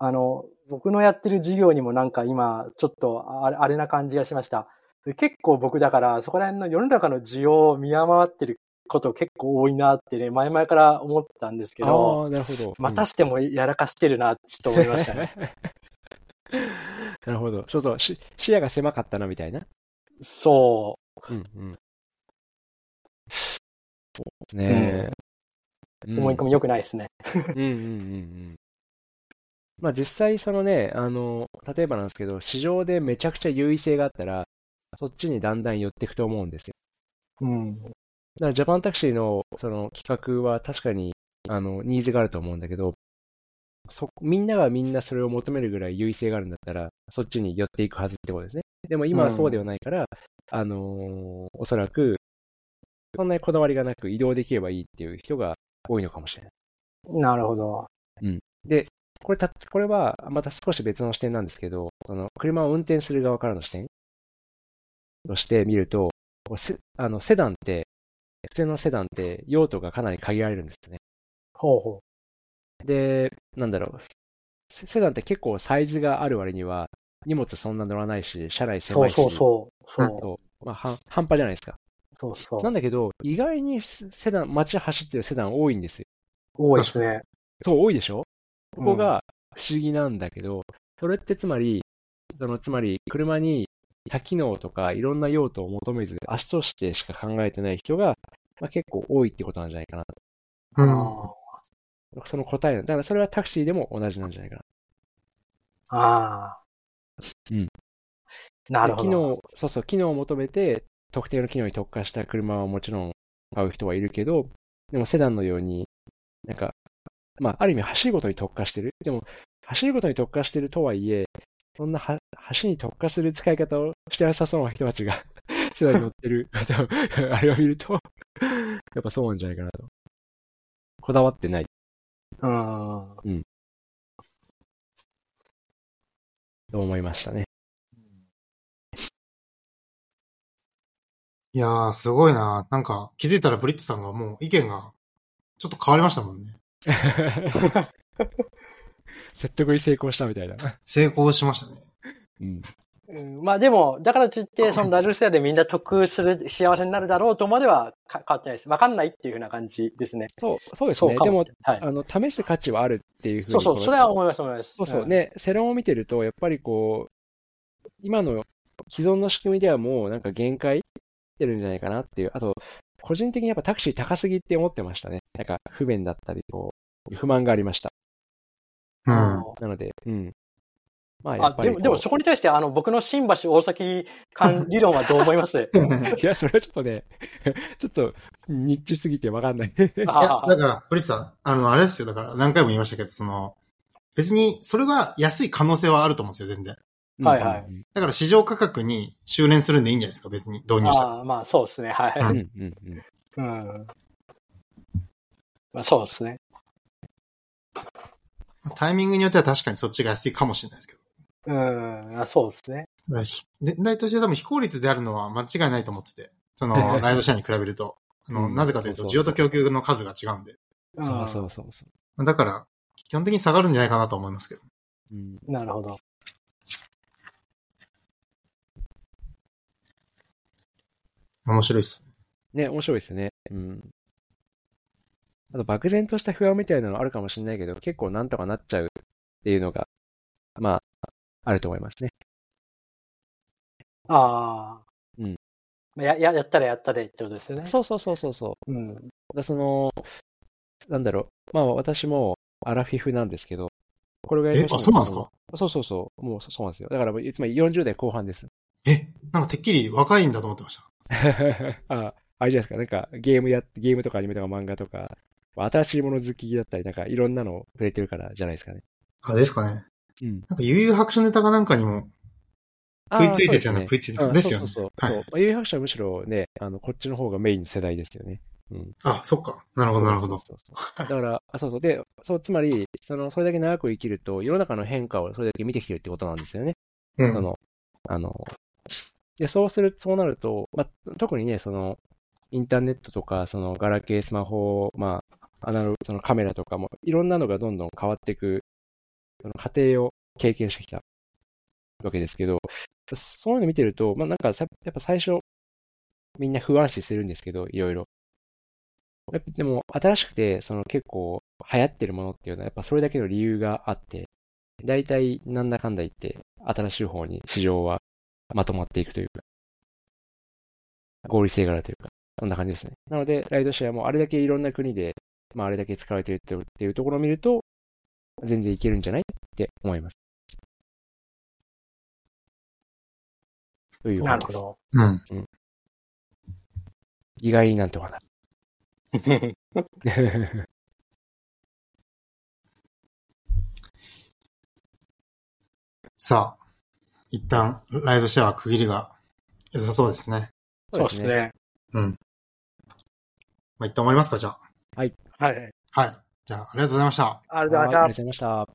[SPEAKER 2] あの、僕のやってる事業にもなんか今、ちょっとあれ、あれな感じがしました。で結構僕だから、そこら辺の世の中の需要を見余ってること結構多いなってね、前々から思ってたんですけど、
[SPEAKER 3] ああ、なるほど。
[SPEAKER 2] またしてもやらかしてるなってちょっと思いま したね。
[SPEAKER 3] なるほど。そうそう。し視野が狭かったな、みたいな。
[SPEAKER 2] そ
[SPEAKER 3] うんうん。そうですね。
[SPEAKER 2] う、思い込み良くないですね。
[SPEAKER 3] うんうんうんうん。まあ実際そのね、あの、例えばなんですけど、市場でめちゃくちゃ優位性があったら、そっちにだんだん寄っていくと思うんですよ。
[SPEAKER 2] うん。
[SPEAKER 3] だからジャパンタクシーのその企画は確かに、あの、ニーズがあると思うんだけど、そ、みんながみんなそれを求めるぐらい優位性があるんだったら、そっちに寄っていくはずってことですね。でも今はそうではないから、あのおそらく、そんなにこだわりがなく移動できればいいっていう人が多いのかもしれない。
[SPEAKER 2] なるほど。
[SPEAKER 3] これた、これは、また少し別の視点なんですけど、その、車を運転する側からの視点として見ると、こうせあの、セダンって、普通のセダンって用途がかなり限られるんですよね。
[SPEAKER 2] ほうほ
[SPEAKER 3] で、なんだろう。セセダンって結構サイズがある割には、荷物そんな乗らないし、車内
[SPEAKER 2] う。そ
[SPEAKER 3] 狭
[SPEAKER 2] う
[SPEAKER 3] いし。
[SPEAKER 2] そうそう。そ
[SPEAKER 3] あ
[SPEAKER 2] う
[SPEAKER 3] とまあ、はん半端じゃないですか。
[SPEAKER 2] そうそう。
[SPEAKER 3] なんだけど、意外にセセダン、街走ってるセダン多いんですよ。
[SPEAKER 2] 多いですね。
[SPEAKER 3] そう、多いでしょここ
[SPEAKER 2] うん
[SPEAKER 3] が不思議なんだけど、それってつまり、そのつまり車に多機能とかいろんな用途を求めず、足としてしか考えてない人が、まあ、結構多いってことなんじゃないかな
[SPEAKER 1] う
[SPEAKER 2] あ
[SPEAKER 1] ん。
[SPEAKER 2] ー
[SPEAKER 3] と。その答えのだからそれはタクシーでも同じなんじゃないかな。
[SPEAKER 2] ああ。
[SPEAKER 3] うん。
[SPEAKER 2] なるほ
[SPEAKER 3] で機
[SPEAKER 2] ど。
[SPEAKER 3] 能、そうそう、機能を求めて、特定の機能に特化した車はもちろん買う人はいるけど、でもセダンのように、なんか、まあ、ある意味走ることに特化してる。でも、走ることに特化してるとはいえ、そんなは走に特化する使い方をしてなさそうな人たちが、 セダンに乗ってる、あれを 見ると、やっぱそうなんじゃないかなと。こだわってない。
[SPEAKER 2] うん。
[SPEAKER 3] と思いました ね。
[SPEAKER 1] いやー、すごいな。なんか、気づいたらブリットさんがもう意見が、ちょっと変わりましたもんね。
[SPEAKER 3] 説得に成功したみたいな。
[SPEAKER 1] 成功しましたね。
[SPEAKER 3] うん。
[SPEAKER 2] うんまあでも、だからとい って、そのラジオ世代でみんな得する、幸せになるだろうとまではか変わってないです。わかんないっていうふうな感じですね。
[SPEAKER 3] そう、そうです
[SPEAKER 2] そう
[SPEAKER 3] ね。
[SPEAKER 2] か
[SPEAKER 3] でも
[SPEAKER 2] も。、はい。
[SPEAKER 3] あの、試す価値はあるっていうふうに。
[SPEAKER 2] そうそう、
[SPEAKER 3] こ
[SPEAKER 2] それは思います、思います。
[SPEAKER 3] そうそう。
[SPEAKER 2] ん。
[SPEAKER 3] ね、世論を見てると、やっぱりこう、今の既存の仕組みではもうなんか限界ってるんじゃないかなっていう。あと、個人的にやっぱタクシー高すぎって思ってましたね。なんか不便だったり、こう、不満がありました。
[SPEAKER 1] う
[SPEAKER 2] あ
[SPEAKER 1] ん。
[SPEAKER 2] の
[SPEAKER 3] なので、うん。まあ、や
[SPEAKER 2] あ
[SPEAKER 3] っ、ぱ
[SPEAKER 2] で
[SPEAKER 3] りこ
[SPEAKER 2] も、
[SPEAKER 3] う
[SPEAKER 2] でもそこに対して、あの、僕の新橋大崎間理論はどう思います
[SPEAKER 3] いや、それはちょっとね、 ちょっと、ニッチすぎてわかんない。
[SPEAKER 1] いや
[SPEAKER 2] あ、
[SPEAKER 1] だから、ブリッツさん、あの、あれですよ。だから、何回も言いましたけど、その、別に、それが安い可能性はあると思うんですよ、全然。
[SPEAKER 2] はいはい
[SPEAKER 3] い。
[SPEAKER 1] だから、市場価格に修練するんでいいんじゃないですか、別に導入したら。
[SPEAKER 2] ああ、まあそうですね、は
[SPEAKER 3] う
[SPEAKER 2] い。
[SPEAKER 3] んうんうん。
[SPEAKER 2] うん。まあそうですね。
[SPEAKER 1] タイミングによっては確かにそっちが安いかもしれないですけど。
[SPEAKER 2] うん、あそうですね。
[SPEAKER 1] だからひ全体として多分非効率であるのは間違いないと思ってて、そ の、ライドシェアに比べると。あの、
[SPEAKER 3] うん
[SPEAKER 1] なぜかという
[SPEAKER 3] そ
[SPEAKER 1] と、
[SPEAKER 3] う
[SPEAKER 1] 需
[SPEAKER 3] そう
[SPEAKER 1] 要
[SPEAKER 3] そ
[SPEAKER 1] と
[SPEAKER 3] う
[SPEAKER 1] 供給の数が違うんで。
[SPEAKER 2] うん
[SPEAKER 3] そうそうそうそ
[SPEAKER 1] だから、基本的に下がるんじゃないかなと思いますけど。
[SPEAKER 3] う。うん
[SPEAKER 2] なるほど。
[SPEAKER 1] 面白いっす。
[SPEAKER 3] ね、面白いですね。うん。あと、漠然とした不安みたいなのあるかもしれないけど、結構なんとかなっちゃうっていうのが、まあ、あると思いますね。
[SPEAKER 2] ああ。
[SPEAKER 3] うん。
[SPEAKER 2] や、や、やったらやったでってことですよね。
[SPEAKER 3] そうそうそうそうそう。
[SPEAKER 2] う。うん。
[SPEAKER 3] だからその、なんだろう。まあ、私もアラフィフなんですけど、これぐらい
[SPEAKER 1] え
[SPEAKER 3] の、
[SPEAKER 1] あ、
[SPEAKER 3] 年
[SPEAKER 1] そう
[SPEAKER 3] に
[SPEAKER 1] なん
[SPEAKER 3] な
[SPEAKER 1] で
[SPEAKER 3] る
[SPEAKER 1] す
[SPEAKER 3] と
[SPEAKER 1] か
[SPEAKER 3] そうそうそう。もうそそうなんですよ。だから、つまり40代後半です。
[SPEAKER 1] え、なんかてっきり若いんだと思ってました。
[SPEAKER 3] あ、あれじゃないですか。なんか、ゲームや、ゲームとかアニメとか漫画とか、まあ新しいもの好きだったり、なんかいろんなのを触れてるからじゃないですかね。
[SPEAKER 1] あ、ですかね。
[SPEAKER 3] うん。
[SPEAKER 1] なんか悠々白書ネタかなんかにも食いついてた
[SPEAKER 3] ゃ
[SPEAKER 1] な、
[SPEAKER 3] ない
[SPEAKER 1] 食いついて
[SPEAKER 3] う
[SPEAKER 1] た。
[SPEAKER 3] ん
[SPEAKER 1] ですよね。
[SPEAKER 3] そうそうそう。
[SPEAKER 1] はい
[SPEAKER 3] そうまあ有百社はむしろね、あの、こっちの方がメインの世代ですよね。
[SPEAKER 1] あ、そっか。なるほど、なるほど。
[SPEAKER 3] そうそうそうだから、あ、そうそう。で、そう、つまり、その、それだけ長く生きると、世の中の変化をそれだけ見てきてるってことなんですよね。
[SPEAKER 1] う
[SPEAKER 3] そ
[SPEAKER 1] ん。
[SPEAKER 3] の、あの、で、そうする、そうなると、まあ、特にね、その、インターネットとか、その、ガラケー、スマホ、まあ、アナログ、そのカメラとかも、いろんなのがどんどん変わっていく、その過程を経験してきたわけですけど、そういうの見てると、まあ、なんかさ、やっぱ最初、みんな不安視するんですけど、いろいろ。やっぱでも、新しくて、その結構流行ってるものっていうのは、やっぱそれだけの理由があって、大体なんだかんだ言って、新しい方に市場はまとまっていくというか、合理性があるというか、そんな感じですね。なので、ライドシェアもあれだけいろんな国で、まああれだけ使われてるってっていうところを見ると、全然いけるんじゃないって思います。というお
[SPEAKER 2] な
[SPEAKER 3] 話
[SPEAKER 2] る
[SPEAKER 3] で
[SPEAKER 2] ほ
[SPEAKER 3] す。
[SPEAKER 2] ど。
[SPEAKER 1] うん。
[SPEAKER 3] 意外になんとかな る。
[SPEAKER 1] さあ、一旦、ライドシェアは区切りが良さそうですね。
[SPEAKER 2] そうです。ね。
[SPEAKER 1] うん。まあ、一旦終わりますか、じゃあ。
[SPEAKER 2] はい。
[SPEAKER 1] はい。じゃあ、ありがとうございました。
[SPEAKER 2] あ
[SPEAKER 3] あ
[SPEAKER 2] り
[SPEAKER 3] りが
[SPEAKER 2] がとうございました
[SPEAKER 3] とうご。ざいました。